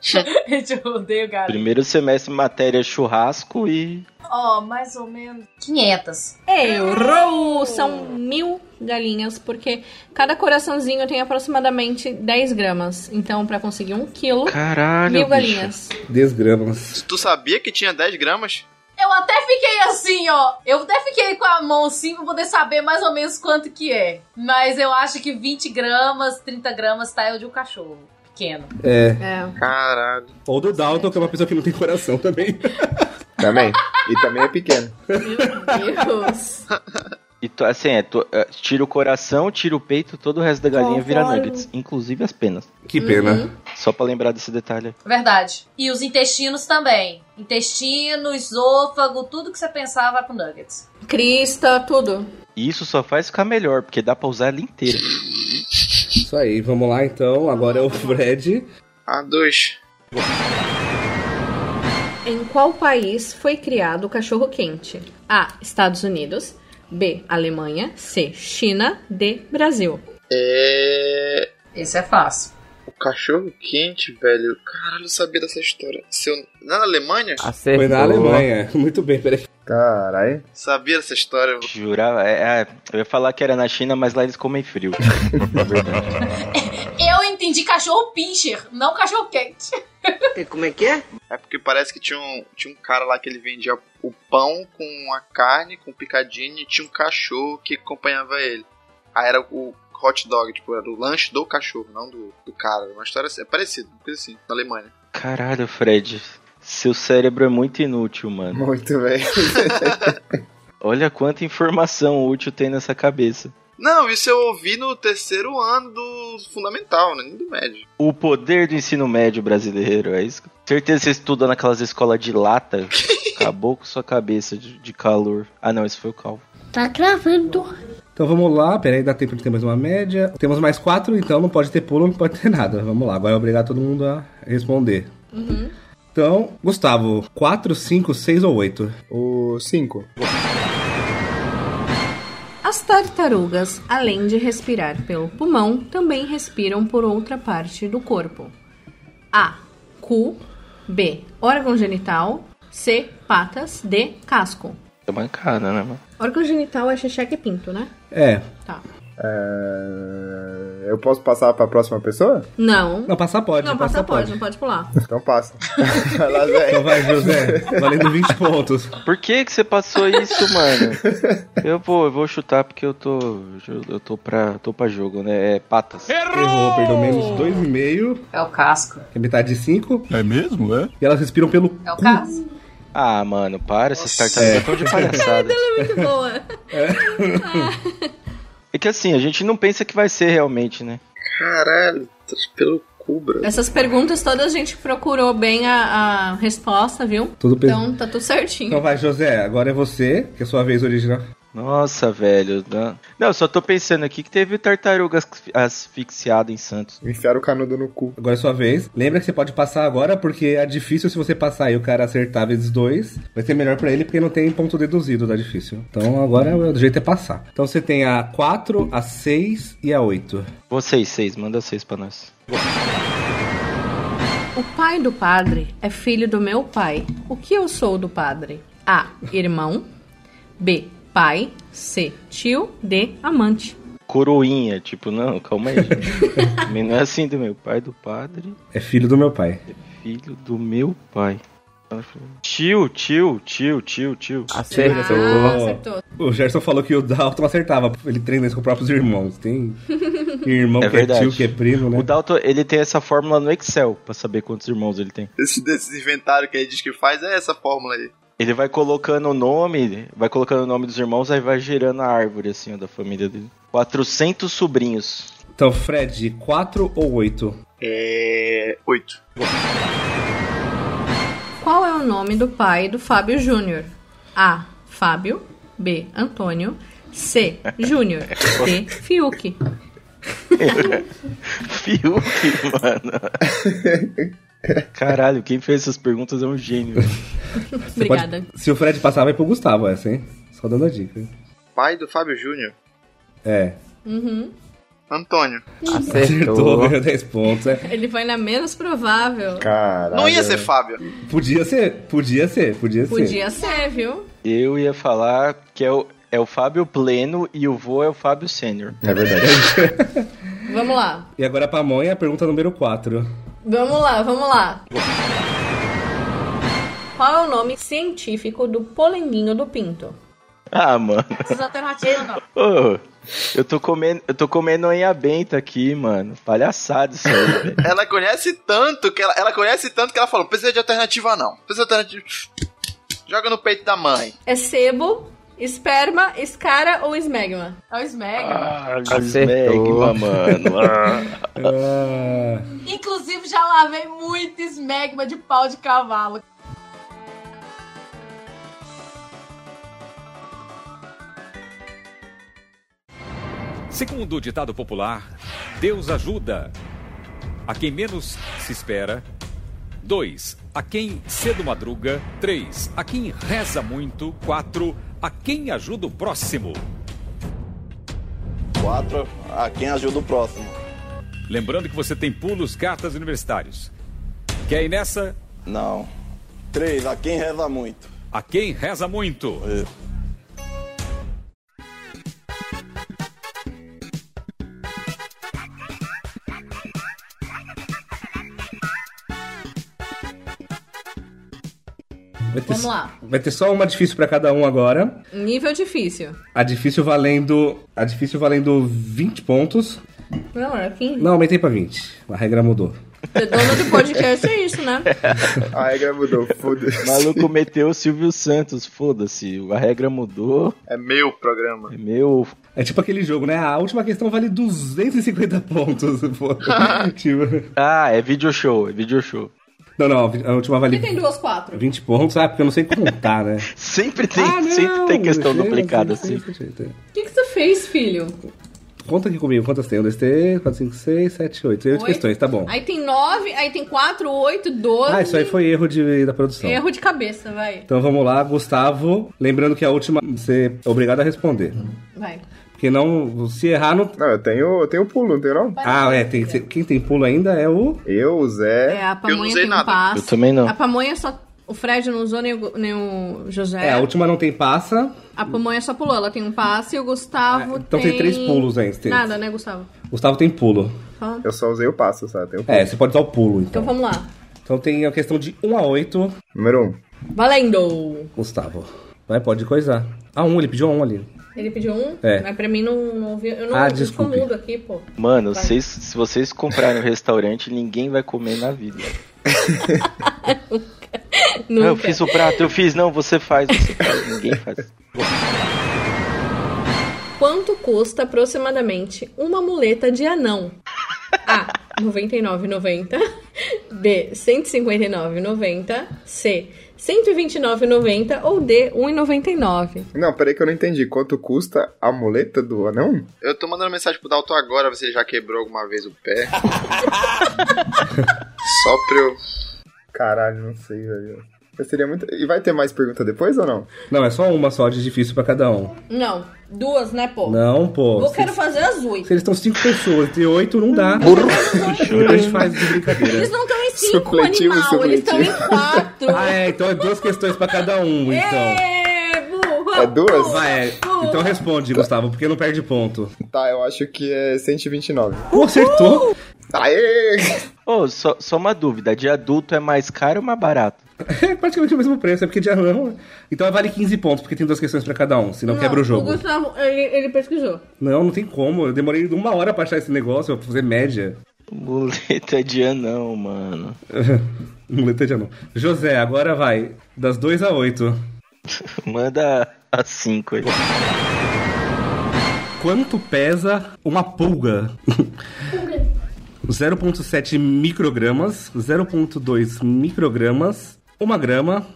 E: Gente, eu odeio galinha.
B: Primeiro semestre, matéria churrasco e.
E: Ó, mais ou menos 500.
G: Errou! São mil galinhas, porque cada coraçãozinho tem aproximadamente 10 gramas. Então, para conseguir 1 quilo,
B: Caralho!
G: mil
B: bicho.
G: galinhas.
F: Desgramas.
D: Tu sabia que tinha 10 gramas?
E: Eu até fiquei assim, ó. Eu até fiquei com a mão assim pra poder saber mais ou menos quanto que é. Mas eu acho que 20 gramas, 30 gramas tá eu de um cachorro pequeno.
G: É.
D: Caralho.
F: Ou do Dalton, que é uma pessoa que não tem coração também.
C: Também. E também é pequeno.
G: Meu Deus.
B: E to- assim, é, to- é, tira o coração, tira o peito, todo o resto da galinha vira
G: Concordo.
B: nuggets, inclusive as penas.
F: Que pena.
B: Só pra lembrar desse detalhe.
E: Verdade. E os intestinos também. Intestino, esôfago, tudo que você pensar vai pro nuggets.
G: Crista, tudo.
B: E isso só faz ficar melhor, porque dá pra usar ela inteira.
F: Isso aí, vamos lá então. Agora é o Fred.
D: A2.
G: Em qual país foi criado o cachorro-quente? A. Estados Unidos. B. Alemanha. C. China. D. Brasil.
D: É.
E: Esse é fácil.
D: O cachorro quente, velho. Caralho, eu sabia dessa história. Se eu... Na Alemanha?
J: Acertou.
F: Foi na Alemanha. <laughs> Muito bem, peraí.
C: Caralho.
D: Sabia dessa história.
B: Jurava, é, é, eu ia falar que era na China, mas lá eles comem frio.
E: Eu entendi cachorro pincher, não cachorro quente.
J: Como é que é?
D: É porque parece que tinha um, tinha um cara lá que ele vendia o pão com a carne, com picadinho, e tinha um cachorro que acompanhava ele. Aí era o hot dog, tipo, era o lanche do cachorro, não do, do cara. Uma história assim, é parecida, uma coisa assim, na Alemanha.
B: Caralho, Fred. Seu cérebro é muito inútil, mano.
C: Muito, velho.
B: Olha quanta informação útil tem nessa cabeça.
D: Não, isso eu ouvi no terceiro ano do fundamental, né? Nem do médio.
B: O poder do ensino médio brasileiro, é isso? Certeza que você estuda naquelas escolas de lata. Acabou com sua cabeça de, de calor. Ah, não, esse foi o calvo.
E: Tá
F: Então vamos lá, peraí, dá tempo de ter mais uma média. Temos mais quatro, então não pode ter pulo, não pode ter nada. Vamos lá, agora é obrigar todo mundo a responder. Então, Gustavo, 4, 5, 6 ou 8?
C: O 5.
G: As tartarugas, além de respirar pelo pulmão, também respiram por outra parte do corpo. A. Cu. B. Órgão genital. C. Patas. D. Casco.
B: É mancada, né, mano?
G: Órgão genital é xixeque pinto, né?
F: É.
G: Tá.
C: É, Eu posso passar pra próxima pessoa?
G: Não.
F: Não, passar pode.
G: Não,
F: passar
G: passaporte, não pode <laughs> pular.
C: Então passa. <laughs> Vai lá,
F: Então
C: velho.
F: vai, José, valendo <laughs> 20 pontos.
B: Por que que você passou isso, mano? Eu vou, eu vou chutar porque eu tô. Eu tô pra, tô pra jogo, né? É patas.
F: Errou, perdeu menos 2,5,
E: É o casco.
F: que é metade de 5.
A: É mesmo, é?
F: E elas respiram pelo
E: É o
F: cu.
E: casco.
B: Ah, mano, para, essas tartarugas estão de palhaçada.
G: Muito boa.
B: É que assim, a gente não pensa que vai ser realmente, né?
D: Caralho, tá pelo cu, bro.
G: Essas perguntas todas a gente procurou bem a, a resposta, viu?
F: Tudo bem.
G: Então tá tudo certinho.
F: Então vai, José, agora é você, que é sua vez original.
B: Nossa, velho. Não, não eu só tô pensando aqui que teve tartarugas asfixiadas em Santos.
C: Enfiaram o canudo no cu.
F: Agora é sua vez. Lembra que você pode passar agora, porque é difícil se você passar e o cara acertar vezes dois. Vai ser melhor pra ele, porque não tem ponto deduzido da difícil. Então agora o jeito é passar. Então você tem a 4, a 6 e a 8.
B: Vocês, seis, manda seis pra nós.
G: O pai do padre é filho do meu pai. O que eu sou do padre? A. Irmão. B. Pai. C. Tio. D. Amante.
B: Coroinha, tipo, não, calma aí. gente. Também não é assim do meu pai, do padre,
F: É filho do meu pai.
B: filho do meu pai. Ela falou, tio, tio, tio, tio, tio.
E: Ah,
J: Acertou.
E: acertou.
F: O Gerson falou que o Dalton acertava. Ele treina isso com os próprios irmãos.
E: <laughs>
F: Tem irmão
B: É
F: que
B: verdade.
F: é tio, que é primo, né?
B: O Dalton, ele tem essa fórmula no Excel, pra saber quantos irmãos ele tem.
D: <laughs> Esse, desse inventário que ele diz que faz é essa fórmula aí.
B: Ele vai colocando o nome, vai colocando o nome dos irmãos, aí vai gerando a árvore, assim, ó, da família dele. 400 sobrinhos. <laughs>
F: Então, Fred, 4 ou 8?
D: É. 8.
G: Qual é o nome do pai do Fábio Júnior? A. Fábio. B. Antônio. C. Júnior. D. Fiuk.
B: Fiuk, mano.
F: <laughs>
B: Caralho, quem fez essas perguntas é um gênio.
G: Obrigada.
F: Se o Fred passar, vai pro Gustavo essa, hein? Só dando a dica.
D: Pai do Fábio Júnior.
F: É.
G: Uhum.
D: Antônio.
F: Acertou, <laughs>
J: Acertou.
F: ganhou 10 pontos. É.
G: Ele foi na menos provável.
C: Caralho.
D: Não ia ser Fábio.
F: Podia ser, podia ser, podia, ser.
G: Podia ser, viu?
B: Eu ia falar que é o, é o Fábio Pleno e o vô é o Fábio Sênior.
C: É verdade.
G: Vamos lá.
F: E agora pra mãe, a pergunta número 4.
G: Vamos lá, vamos lá. Qual é o nome científico do polenguinho do pinto?
B: Ah, mano.
E: Essas alternativas não.
B: Ô, eu tô comendo, eu tô comendo anha benta aqui, mano. Palhaçada isso aí, velho.
D: Ela conhece tanto que ela, ela conhece tanto que ela falou: precisa de alternativa, não. Precisa de alternativa. Joga no peito da mãe.
G: É sebo, esperma, escara ou esmegma?
E: É o Smeg.
J: Acertou.
B: Smegma, mano. Ah.
F: Ah,
E: Inclusive, já lavei muito esmegma de pau de cavalo.
K: Segundo o ditado popular, Deus ajuda a quem menos se espera. 2. A quem cedo madruga. 3. A quem reza muito. 4. A quem ajuda o próximo.
A: 4. A quem ajuda o próximo.
K: Lembrando que você tem pulos, cartas universitários. Quer ir nessa?
A: Não. 3. A quem reza muito.
K: A quem reza muito.
F: vai ter,
G: Vamos lá.
F: Vai ter só uma difícil pra cada um agora.
G: Nível difícil.
F: A difícil valendo. A difícil valendo 20 pontos.
G: Não, é era 15.
F: Não, aumentei pra 20. A regra mudou.
G: Ser dono do podcast é isso,
F: <laughs>
G: né?
C: A regra mudou, foda-se.
B: <laughs> O maluco meteu o Silvio Santos, foda-se. A regra mudou,
D: É meu programa.
B: é meu.
F: É tipo aquele jogo, né? A última questão vale 250 pontos. <laughs>
G: <laughs>
F: pô. tipo...
B: Ah, é video show, é video show.
F: Não, não, a última
G: Ele
F: vale
G: tem duas quatro.
F: 20 pontos, ah, porque eu não sei
B: <laughs>
F: contar, né?
B: Sempre tem,
F: Ah, não,
B: sempre tem questão
F: sei,
B: duplicada,
F: sei,
B: assim.
F: sei, sei.
G: O que, que você fez, filho?
F: Conta aqui comigo, quantas tem? 1, 2, 3, 4, 5, 6, 7, 8. Tem 8
G: Oito.
F: questões, tá bom.
G: Aí tem nove, aí tem quatro, oito, doze.
F: Ah, isso aí foi erro de, da produção.
G: Erro de cabeça, vai.
F: Então vamos lá, Gustavo. Lembrando que a última você é obrigado a responder.
G: Vai.
F: Porque não. Se errar, não.
C: Não, eu tenho, eu tenho pulo, não tenho não?
F: Ah, é, tem que ser- Quem tem pulo ainda é o.
C: Eu, o Zé.
G: É, a
D: não
G: pamonha
D: usei
G: tem um
D: nada.
G: passo.
B: Eu também não.
G: A pamonha só. O Fred não usou nem o, nem o José.
F: É, a última não tem passa.
G: A pamonha só pulou. Ela tem um passo e o Gustavo.
F: Ah, então tem três pulos aí, tem-
G: Nada, né, Gustavo?
F: Gustavo tem pulo.
G: Fala.
C: Eu só usei o passo, sabe? Tenho pulo.
F: É, você pode usar o pulo, então.
G: Então vamos lá.
F: Então tem a questão de 1 a 8.
C: Número 1. Um.
G: Valendo!
F: Gustavo. Vai, pode coisar. Ah, um, ele pediu um ali.
G: Ele pediu um,
F: É.
G: mas pra mim não, não ouvi. Eu não
F: Ah,
G: eu tô
F: desculpe.
G: mudo aqui, pô.
B: Mano,
G: Vai.
B: vocês, se vocês comprarem um restaurante, ninguém vai comer na vida. Não, eu
G: Nunca.
B: fiz o prato, eu fiz. Não, você faz, você faz. Ninguém faz.
G: Quanto custa aproximadamente uma muleta de <laughs> anão? Ah, A. 99,90. B. 159,90. C. 129,90 ou D. 1,99.
C: Não, peraí que eu não entendi. Quanto custa a muleta do anão?
D: Eu tô mandando mensagem pro Dalton agora, você já quebrou alguma vez o pé. Só pra eu.
C: Caralho, não sei, velho. Eu seria muito... E vai ter mais pergunta depois ou não?
F: Não, é só uma só de difícil pra cada um.
G: Não, duas, né, pô?
F: Não, pô.
G: Vou
F: se-
G: quero fazer as oito.
F: se eles estão cinco pessoas, tem oito não dá. Burro. A gente faz de
G: Eles
F: brincadeira.
G: não estão em cinco,
C: Supletivo,
G: animal. Eles estão em quatro.
F: <laughs> Ah, é, então é duas questões pra cada um, então.
G: Ê, burro,
C: É duas?
G: burro,
F: Vai, é.
G: burro.
F: então responde, Gustavo, porque não perde ponto.
C: Tá, eu acho que é 129.
F: Pô, acertou! <laughs>
C: Aê!
B: Ô, só, só uma dúvida, de adulto é mais caro ou mais barato?
F: É praticamente o mesmo preço, é porque de anão. Então vale 15 pontos, porque tem duas questões pra cada um, senão quebra o jogo.
G: Gustavo, ele, ele pesquisou.
F: Não, não tem como. Eu demorei uma hora pra achar esse negócio, pra fazer média.
B: Muleta de anão, mano.
F: <laughs> Muleta de anão. José, agora vai. Das 2 a 8.
B: Manda a 5 aí.
F: Quanto pesa uma pulga? 0.7 microgramas, 0.2 microgramas, 1 grama.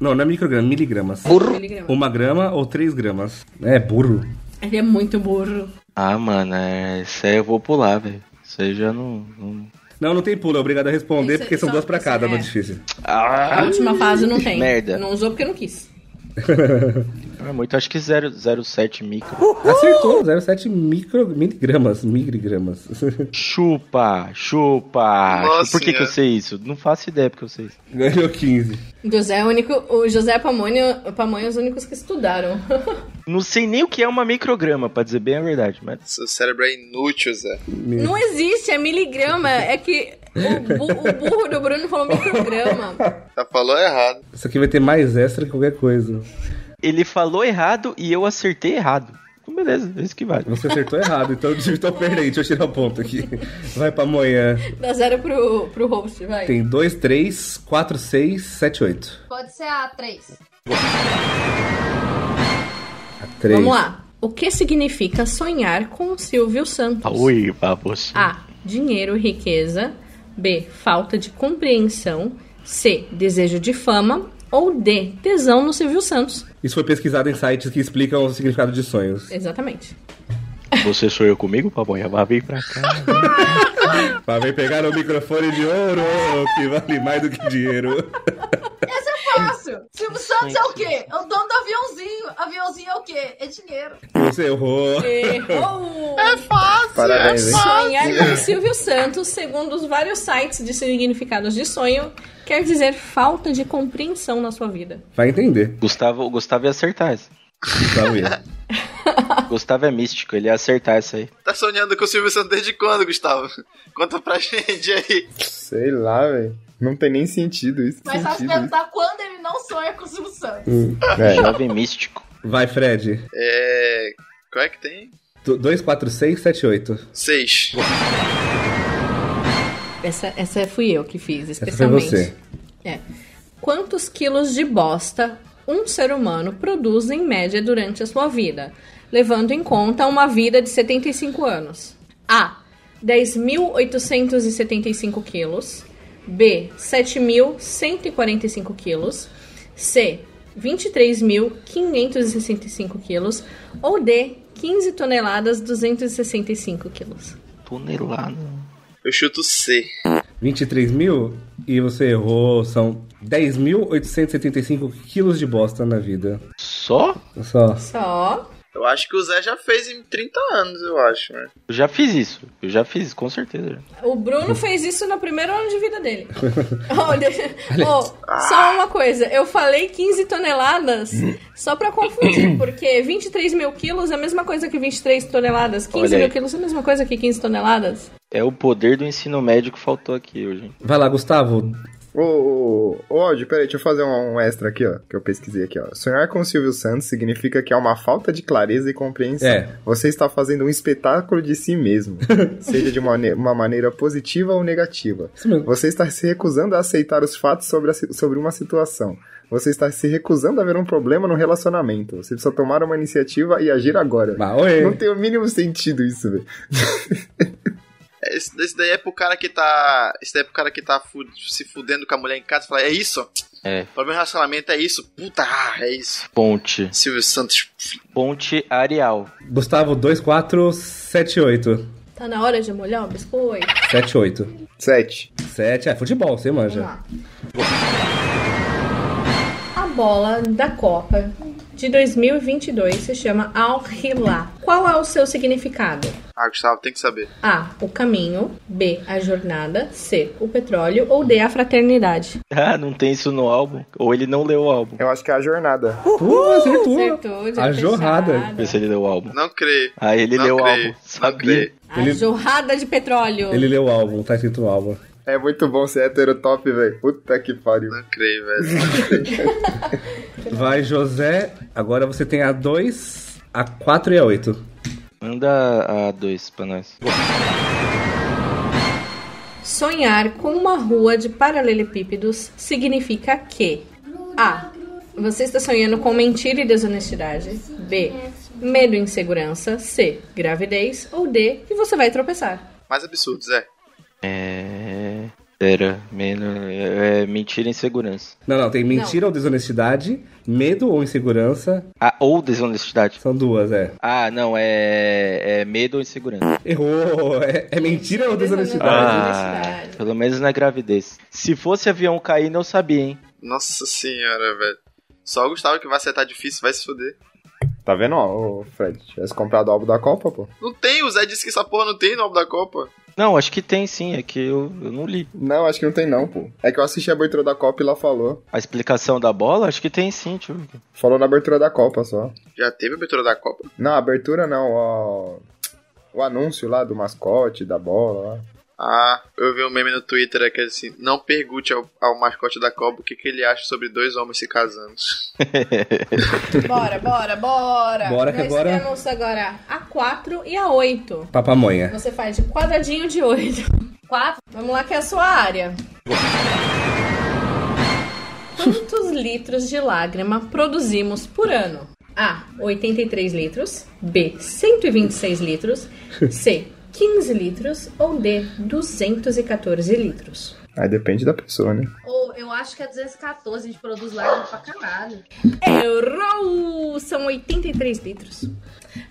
F: Não, não é micrograma, miligramas.
G: Burro. Miligramas.
F: 1 grama ou 3 gramas. É, burro.
G: Ele é muito burro.
B: Ah, mano, é... isso aí eu vou pular, velho. Isso aí já não. não...
F: Não, não tem pulo, é obrigado a responder,
G: Isso-
F: porque são
G: só-
F: duas pra cada,
G: é.
F: não é difícil.
D: Ah!
G: A última fase não tem.
B: Merda.
G: Não usou porque não quis.
B: É muito, acho que 0,07 micro.
F: Acertou, 0,7 micro, miligramas, miligramas. <laughs>
B: Chupa, chupa.
D: Nossa
B: Por que, que eu
D: senhora.
B: sei isso? Não faço ideia porque eu sei isso.
F: Ganhou 15.
G: José é o único. O José Pamonio, Pamonha é os únicos que estudaram.
B: Não sei nem o que é uma micrograma, pra dizer bem a verdade, mas.
D: Seu cérebro é inútil, Zé.
G: não existe, é miligrama. É que o, bu- o burro do Bruno falou micrograma.
D: Tá falou errado.
F: Isso aqui vai ter mais extra que qualquer coisa.
B: Ele falou errado e eu acertei errado. Então, beleza, é isso que vale.
F: Você acertou errado, então <laughs> digital perdei, deixa eu tirar o ponto aqui. Vai pra amanhã.
G: Dá zero pro, pro host, vai.
F: Tem 2, 3, 4, 6, 7, 8.
E: Pode ser a 3.
F: 3.
G: Vamos lá. O que significa sonhar com o Silvio
B: Ah,
G: Santos?
B: Ui, babos.
G: A. Dinheiro, riqueza. B. Falta de compreensão. C. Desejo de fama. Ou D. Tesão no Silvio Santos.
F: Isso foi pesquisado em sites que explicam o significado de sonhos.
G: Exatamente.
B: Você sonhou comigo, pamonha? Vá, vem pra cá.
F: Pra vem pegar o microfone de ouro, que vale mais do que dinheiro.
E: Essa é fácil. Silvio Santos é o quê? É o dono do aviãozinho. Aviãozinho é o quê? É dinheiro.
F: Você errou.
G: Errou!
C: <laughs> Parabéns, hein?
G: Sonhar com Silvio Santos, segundo os vários sites de significados de sonho, quer dizer falta de compreensão na sua vida.
F: Vai entender.
B: Gustavo, o Gustavo ia acertar essa.
F: Gustavo ia.
B: Gustavo é místico, ele ia acertar essa aí.
D: Tá sonhando com o Silvio Santos desde quando, Gustavo? <laughs> Conta pra gente aí.
C: Sei lá, velho. Não tem nem sentido isso.
E: Mas é só se
C: sentido isso.
E: perguntar quando ele não sonha com o Silvio Santos.
C: É,
B: Jovem místico.
F: Vai, Fred.
D: É. Qual é que tem?
F: 2, 4, 6, 7, 8.
D: Seis.
G: Essa, essa fui eu que fiz,
F: Essa foi
G: especialmente.
F: você.
G: É. Quantos quilos de bosta um ser humano produz em média durante a sua vida, levando em conta uma vida de 75 anos? A. 10.875 quilos. B. 7.145 quilos. C. 23.565 quilos. Ou D. 15 toneladas 265 quilos.
B: Tonelada.
D: Eu chuto C.
F: 23 mil e você errou. São 10.875 quilos de bosta na vida.
B: Só?
F: Só.
G: Só.
D: Eu acho que o Zé já fez em 30 anos, eu acho, né?
B: Eu já fiz isso. Eu já fiz, isso, com certeza. <laughs>
G: O Bruno fez isso no primeiro ano de vida dele. Ó, de- ó, só uma coisa, eu falei 15 toneladas
B: <laughs>
G: só pra confundir, porque 23 mil quilos é a mesma coisa que 23 toneladas, 15
B: Olha aí.
G: mil quilos é a mesma coisa que 15 toneladas.
B: É o poder do ensino médio que faltou aqui hoje. hein?
F: Vai lá, Gustavo.
C: Ô, ô, ô, Aldi, peraí, deixa eu fazer um, um extra aqui, ó, que eu pesquisei aqui, ó. Sonhar com o Silvio Santos significa que há uma falta de clareza e compreensão.
F: É.
C: Você está fazendo um espetáculo de si <laughs> mesmo, seja de uma, ne- uma maneira positiva ou negativa.
F: Isso mesmo.
C: Você está se recusando a aceitar os fatos sobre, a si- sobre uma situação. Você está se recusando a ver um problema no relacionamento. Você precisa tomar uma iniciativa e agir agora.
F: Bah, oi.
C: Não tem o mínimo sentido isso, velho.
D: Esse, esse daí é pro cara que tá. Esse daí é pro cara que tá fu- se fudendo com a mulher em casa e falar, é isso?
B: É.
D: O problema do relacionamento é isso. Puta, ah, é isso.
B: Ponte.
D: Silvio Santos.
B: Ponte Arial. <laughs>
F: Gustavo, 2, 4, 7, 8.
G: Tá na hora de molhar o biscoito?
F: 7, 8.
C: Sete.
F: 7, é futebol, você
G: Vamos
F: manja.
G: lá. A bola da Copa de de 2022 se chama Al-Hilá. Qual é o seu significado?
D: Ah, Gustavo, tem que saber.
G: A. O caminho. B. A jornada. C. O petróleo. Ou D. A fraternidade.
B: Ah, não tem isso no álbum? Ou ele não leu o álbum?
C: Eu acho que é a jornada.
F: Uh, acertou.
G: Acertou, já
F: A
G: fechado.
F: jorrada.
B: Vê se ele leu o álbum.
D: Não creio.
B: Aí Ah, ele
D: não
B: leu o
D: creio,
B: álbum. Sabia.
G: A
F: Ele-
G: jorrada de petróleo.
F: Ele leu o álbum, tá escrito o álbum.
C: É muito bom ser hétero top, velho. Puta que pariu.
D: Não creio, velho.
F: Vai, José. Agora você tem a 2, a 4 e a 8.
B: Manda a dois pra nós.
G: Sonhar com uma rua de paralelepípedos significa que A. Você está sonhando com mentira e desonestidade. B. Medo e insegurança. C. Gravidez. Ou D. Que você vai tropeçar.
D: Mais absurdo, Zé.
B: É. Pera, menos. É, mentira e insegurança.
F: Não, não, tem mentira ou desonestidade, medo ou insegurança.
B: Ah, ou desonestidade.
F: São duas, é.
B: Ah, não, é. É medo ou insegurança.
F: Errou! É, é mentira ou desonestidade?
B: Ah,
G: Desonestidade.
B: pelo menos na gravidez. Se fosse avião caindo, eu sabia, hein?
D: Nossa senhora, velho. Só o Gustavo que vai acertar difícil, vai se fuder.
C: Tá vendo, ó, ô, Fred? Tivesse comprado o álbum da Copa, pô.
D: Não tem, o Zé disse que essa porra não tem no álbum da Copa.
B: Não, acho que tem sim, é que eu, eu não li.
C: Não, acho que não tem não, pô. É que eu assisti a abertura da Copa e lá falou.
B: A explicação da bola, acho que tem sim, deixa eu ver.
C: Falou na abertura da Copa só.
D: Já teve a abertura da Copa.
C: Não, a abertura não, ó. O anúncio lá do mascote, da bola lá.
D: Ah, eu vi um meme no Twitter aquele assim: não pergunte ao, ao mascote da Copa o que, que ele acha sobre dois homens se casando.
G: Bora, bora, bora.
F: Bora que
G: Nós
F: agora-
G: temos agora a 4 e a 8.
F: Papamonha.
G: Você faz de quadradinho de 8.
E: Quatro.
G: Vamos lá que é a sua área. Quantos litros de lágrima produzimos por ano? A. 83 litros. B. 126 litros. C. 15 litros. Ou D. 214 litros.
C: Aí depende da pessoa, né?
E: Ou eu acho que é 214, a gente produz lágrima pra caralho.
G: Errou! São 83 litros.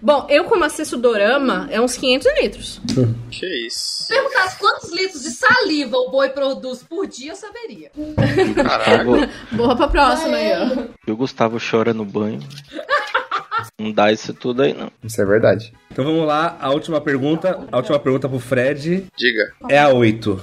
G: Bom, eu como acesso dorama, é uns 500 litros.
D: que isso?
E: Perguntasse quantos litros de saliva o boi produz por dia, eu saberia.
D: Caraca.
B: Vou-
G: Boa pra próxima aí, ó.
B: E o Gustavo chora no banho. Não dá isso tudo aí, não.
C: Isso é verdade.
F: Então vamos lá, a última pergunta. A última pergunta pro Fred
D: Diga.
F: é a 8.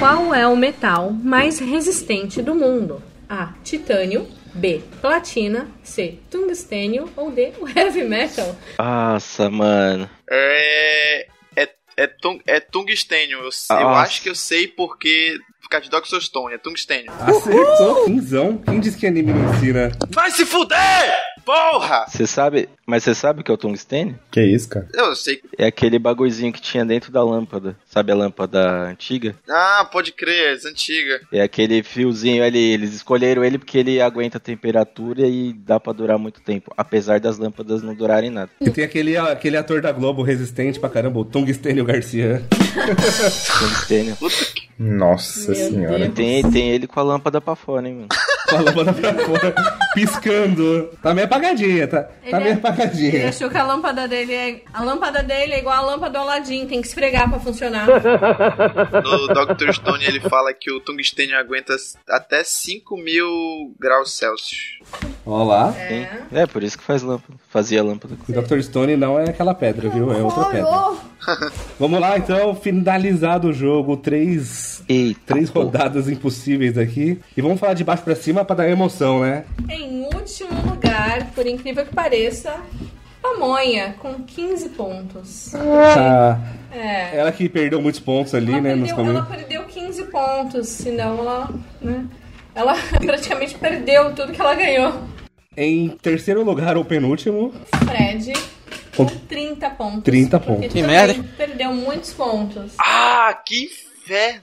G: Qual é o metal mais resistente do mundo? A. Titânio. B. Platina. C. Tungstênio. Ou D. O heavy metal.
B: Nossa, mano.
D: É. É, é, tung, é tungstênio. Eu, eu
B: Nossa.
D: acho que eu sei porque. Ficar de Doxostone, é tungstênio.
F: Acertou! Quinzão. Quem disse que anime não ensina?
D: Vai se fuder! Porra!
B: Você sabe. Mas você sabe o que é o tungstênio?
C: Que isso, cara?
D: Eu sei.
B: É aquele bagulhozinho que tinha dentro da lâmpada. Sabe a lâmpada antiga?
D: Ah, pode crer, é antiga.
B: É aquele fiozinho ali. Eles escolheram ele porque ele aguenta a temperatura e dá pra durar muito tempo. Apesar das lâmpadas não durarem nada.
F: E tem aquele, aquele ator da Globo resistente pra caramba, o Tungstênio Garcia.
B: Tungstênio.
C: Nossa senhora.
G: Deus.
B: Tem, tem ele com a lâmpada pra fora, hein, mano?
F: Com a lâmpada pra fora, <laughs> piscando. Tá meio apagadinha, tá, tá
G: Ele
F: meio
G: é- Ele
F: apagadinha.
G: achou que a lâmpada dele é. A lâmpada dele é igual a lâmpada do Aladdin, tem que esfregar
F: <laughs>
G: pra funcionar.
D: <laughs> No Dr. Stone ele fala que o tungstênio aguenta até 5 mil graus Celsius.
F: Ó lá.
B: Tem. É, por isso que faz lâmpada. Fazia lâmpada.
F: O Dr. Stone não é aquela pedra, viu? É outra pedra. Vamos lá, então, finalizado o jogo. Três,
B: Eita.
F: três
B: pô.
F: rodadas impossíveis aqui. E vamos falar de baixo pra cima pra dar emoção, né?
G: Em último lugar, por incrível que pareça, Pamonha, com 15 pontos.
F: Tá.
G: É.
F: Ela que perdeu muitos pontos ali,
G: Ela
F: né? Nos
G: perdeu, ela
F: comentários.
G: perdeu 15 pontos, senão ela. Né, ela <laughs> praticamente perdeu tudo que ela ganhou.
F: Em terceiro lugar, ou penúltimo,
G: Fred com 30 pontos.
F: 30
G: porque
F: pontos.
G: também
J: merda.
G: Perdeu muitos pontos.
D: Ah, que inferno!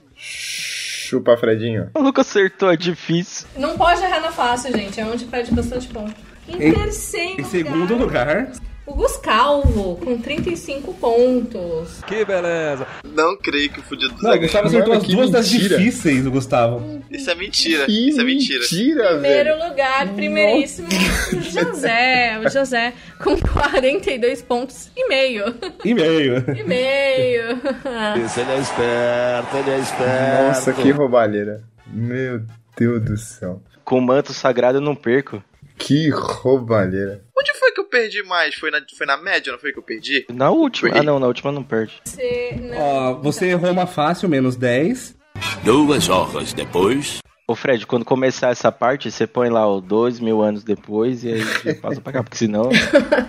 C: Chupa, Fredinho.
B: O Lucas acertou, é difícil.
G: Não pode errar na fácil, gente. É onde perde bastante ponto. Em,
F: Em-
G: terceiro
F: em segundo lugar,
G: o Gus Calvo com 35 pontos.
H: Que beleza.
D: Não creio que o fudido do
F: Não,
D: Zé
F: o Gustavo
D: ganhou.
F: acertou
C: Mano,
F: as
C: que
F: duas das
C: mentira.
F: difíceis, o Gustavo.
D: Isso é mentira,
C: Que
D: isso é mentira.
C: Mentira,
G: Primeiro
C: velho.
G: lugar, primeiríssimo, o José. O José com 42 pontos e meio.
F: E meio.
G: E meio.
A: Ele é esperto, ele é esperto.
C: Nossa, que roubalheira. Meu Deus do céu.
B: Com o manto sagrado eu não perco.
C: Que roubalheira.
D: Onde foi que eu perdi mais? Foi na, foi na média, não foi que eu perdi?
B: Na última. Ah, não, na última não perde.
F: <laughs> Ó, você errou uma fácil, menos 10.
B: Duas horas depois. Ô Fred, quando começar essa parte, você põe lá o dois mil anos depois e aí você passa pra cá, porque senão,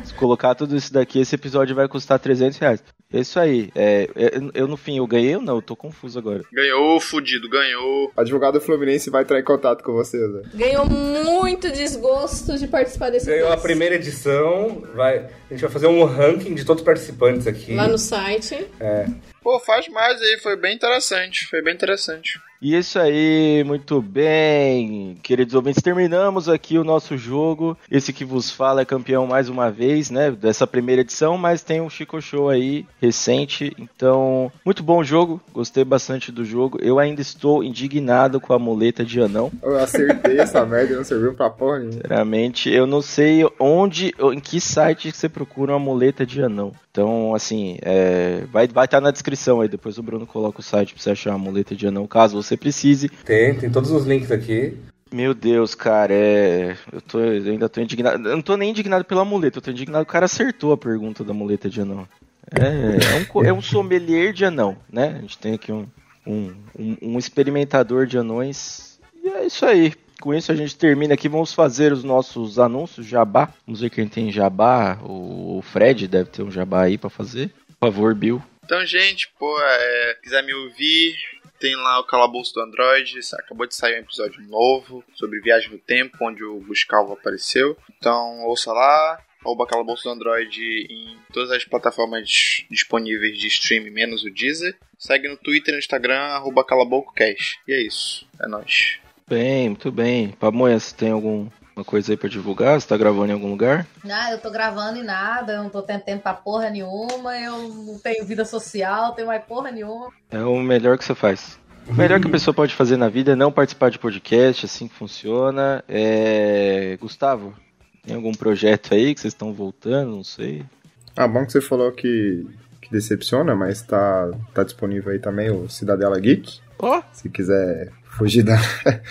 B: se colocar tudo isso daqui, esse episódio vai custar 300 reais. É isso aí. É, eu, eu, no fim, eu ganhei ou não? Eu tô confuso agora.
D: Ganhou, fudido, ganhou.
C: Advogado Fluminense vai entrar em contato com você, Zé.
G: Ganhou muito desgosto de participar desse
F: Ganhou a
G: quiz.
F: primeira edição. Vai, a gente vai fazer um ranking de todos os participantes aqui.
G: Lá no site.
F: É.
D: Pô, faz mais aí, foi bem interessante, foi bem interessante.
B: E é isso aí, muito bem, queridos ouvintes, terminamos aqui o nosso jogo. Esse que vos fala é campeão mais uma vez, né, dessa primeira edição, mas tem um Chico Show aí recente. Então, muito bom o jogo, gostei bastante do jogo. Eu ainda estou indignado com a muleta de anão.
C: Eu acertei <laughs> essa merda e não serviu pra porra nenhuma.
B: Sinceramente, eu não sei onde, em que site você procura uma muleta de anão. Então, assim, é, vai estar vai tá na descrição aí. Depois o Bruno coloca o site pra você achar a muleta de anão, caso você precise.
F: Tem, tem todos os links aqui.
B: Meu Deus, cara, é. Eu, tô, eu ainda tô indignado. Eu não tô nem indignado pela muleta, eu tô indignado que o cara acertou a pergunta da muleta de anão. É, é um, co- é um sommelier de anão, né? A gente tem aqui um, um, um, um experimentador de anões. E é isso aí. Com isso a gente termina aqui. Vamos fazer os nossos anúncios jabá. Vamos ver quem tem jabá. O, o Fred deve ter um jabá aí pra fazer. Por favor, Bill.
D: Então, gente, pô, é, quiser me ouvir, tem lá o Calabouço do Android. sa- Acabou de sair um episódio novo sobre viagem no tempo, onde o Buscalvo apareceu. Então, ouça lá. Arroba Calabouço do Android em todas as plataformas disponíveis de streaming, menos o Deezer. Segue no Twitter e no Instagram, arroba CalaboucoCast. E é isso. É nóis.
B: Bem, muito bem. Pamonhas, tem alguma coisa aí pra divulgar? Você tá gravando em algum lugar?
E: Ah, eu tô gravando e nada, eu não tô tendo tempo pra porra nenhuma, eu não tenho vida social, não tenho mais porra nenhuma.
B: É o melhor que você faz. O melhor que
F: Hum.
B: a pessoa pode fazer na vida é não participar de podcast, assim que funciona. É... Gustavo, tem algum projeto aí que vocês estão voltando? Não sei.
C: Ah, bom que você falou que, que decepciona, mas tá, tá disponível aí também o Cidadela Geek.
B: Ó.
C: Se quiser fugir da, <laughs>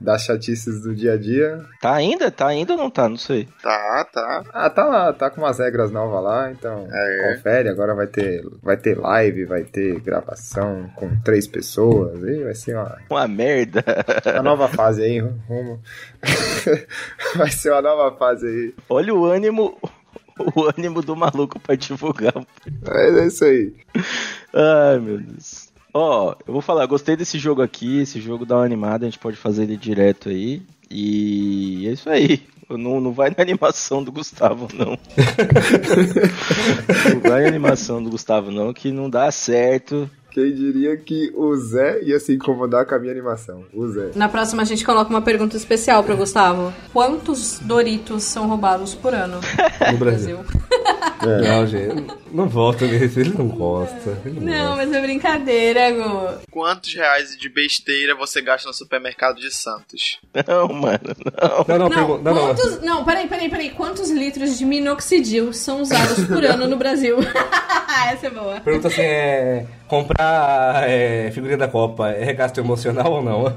C: das chatices do dia a dia.
B: Tá ainda? Tá ainda ou não tá? Não sei.
D: Tá, tá.
C: Ah, tá lá, tá com umas regras novas lá, então confere. Agora vai ter, vai ter live, vai ter gravação com três pessoas. E vai ser uma,
B: Uma merda. <laughs>
C: uma nova fase aí, rumo. <laughs> vai ser uma nova fase aí.
B: Olha o ânimo. O ânimo do maluco pra divulgar.
C: Mas é isso aí.
B: Ai, meu Deus. Ó, eu vou falar, gostei desse jogo aqui, esse jogo dá uma animada, a gente pode fazer ele direto aí. E é isso aí. Não, não vai na animação do Gustavo, não. não vai na animação do Gustavo, não, que não dá certo.
C: Quem diria que o Zé ia se incomodar com a minha animação? O Zé.
G: Na próxima a gente coloca uma pergunta especial pro Gustavo. Quantos Doritos são roubados por ano
F: <laughs> No Brasil. Não, gente. Não volta nesse. Ele não gosta. Ele não,
G: Não, mas é brincadeira, Gu.
D: Quantos reais de besteira você gasta no supermercado de Santos?
B: Não, mano, não.
F: Não, não,
G: Não,
F: pergunta. Não, é. não.
G: quantos... Não, peraí, peraí, peraí. Quantos litros de minoxidil são usados por ano no Brasil? <laughs> Essa é boa.
F: Pergunta assim, é. Comprar é, figurinha da Copa é gasto emocional ou não? <laughs>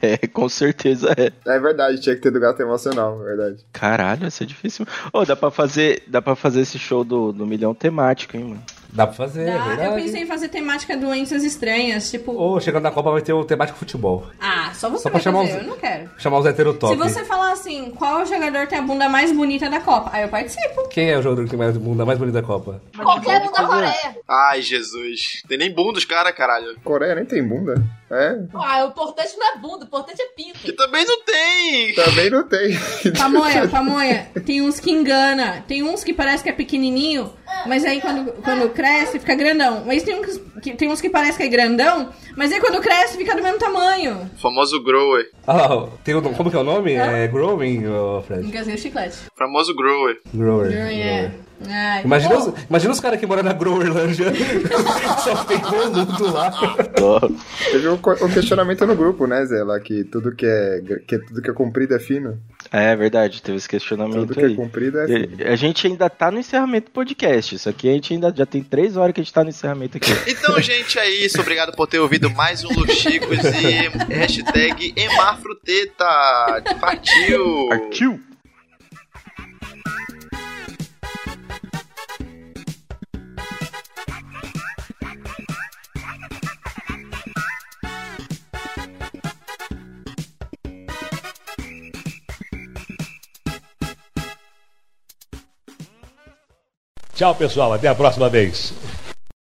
B: É, com certeza é.
C: É verdade, tinha que ter do gato emocional, é verdade.
B: Caralho, isso é difícil. Ô, dá pra fazer. Dá para fazer esse show do, do milhão temático, hein, mano?
F: Dá pra fazer, é
G: Ah, eu
F: verdade.
G: pensei em fazer temática doenças estranhas, tipo...
F: Ou chegando na Copa vai ter o temático futebol.
G: Ah, só você
F: Só pra
G: vai
F: chamar
G: fazer,
F: os-
G: eu não quero.
F: Chamar os heterotop.
G: Se você falar assim, qual jogador tem a bunda mais bonita da Copa? Aí eu participo.
F: Quem é o jogador que tem mais bunda mais bonito da Copa?
E: Qualquer um da Coreia.
D: Ai, Jesus. Tem nem bunda os caras, caralho.
C: Coreia nem tem bunda. É,
E: Ah, o importante não é bunda, o importante é pinto.
D: Que também não tem.
C: também não tem.
G: Pamonha, pamonha. Tem uns que engana. Tem uns que parece que é pequenininho, mas aí quando, quando cresce fica grandão. Mas tem uns que, tem uns que parece que é grandão, mas aí quando cresce fica do mesmo tamanho.
D: O famoso grower.
F: Ah, tem o, como que é o nome? É, Growing, ô, Fred?
G: Engasguei o chiclete.
D: O famoso grower.
F: Grower.
G: É.
F: Grower.
G: Ai,
F: Imagina,
G: pô.
F: os, <laughs> imagina os caras que moram na Growerlândia. Só tem boludo um lá.
B: Ó,
C: <laughs> Teve um co- o questionamento no grupo, né, Zela? Que tudo que é, gr- que tudo que é comprido é fino.
B: É verdade, teve esse questionamento
C: Tudo que
B: aí.
C: é comprido é fino.
B: E- A gente ainda tá no encerramento do podcast. Isso aqui a gente ainda já tem três horas que a gente tá no encerramento aqui.
D: Então, gente, é isso. Obrigado por ter ouvido mais um Luxicos e hashtag Emarfruteta. Partiu!
B: Partiu!
H: Tchau, pessoal. Até a próxima vez.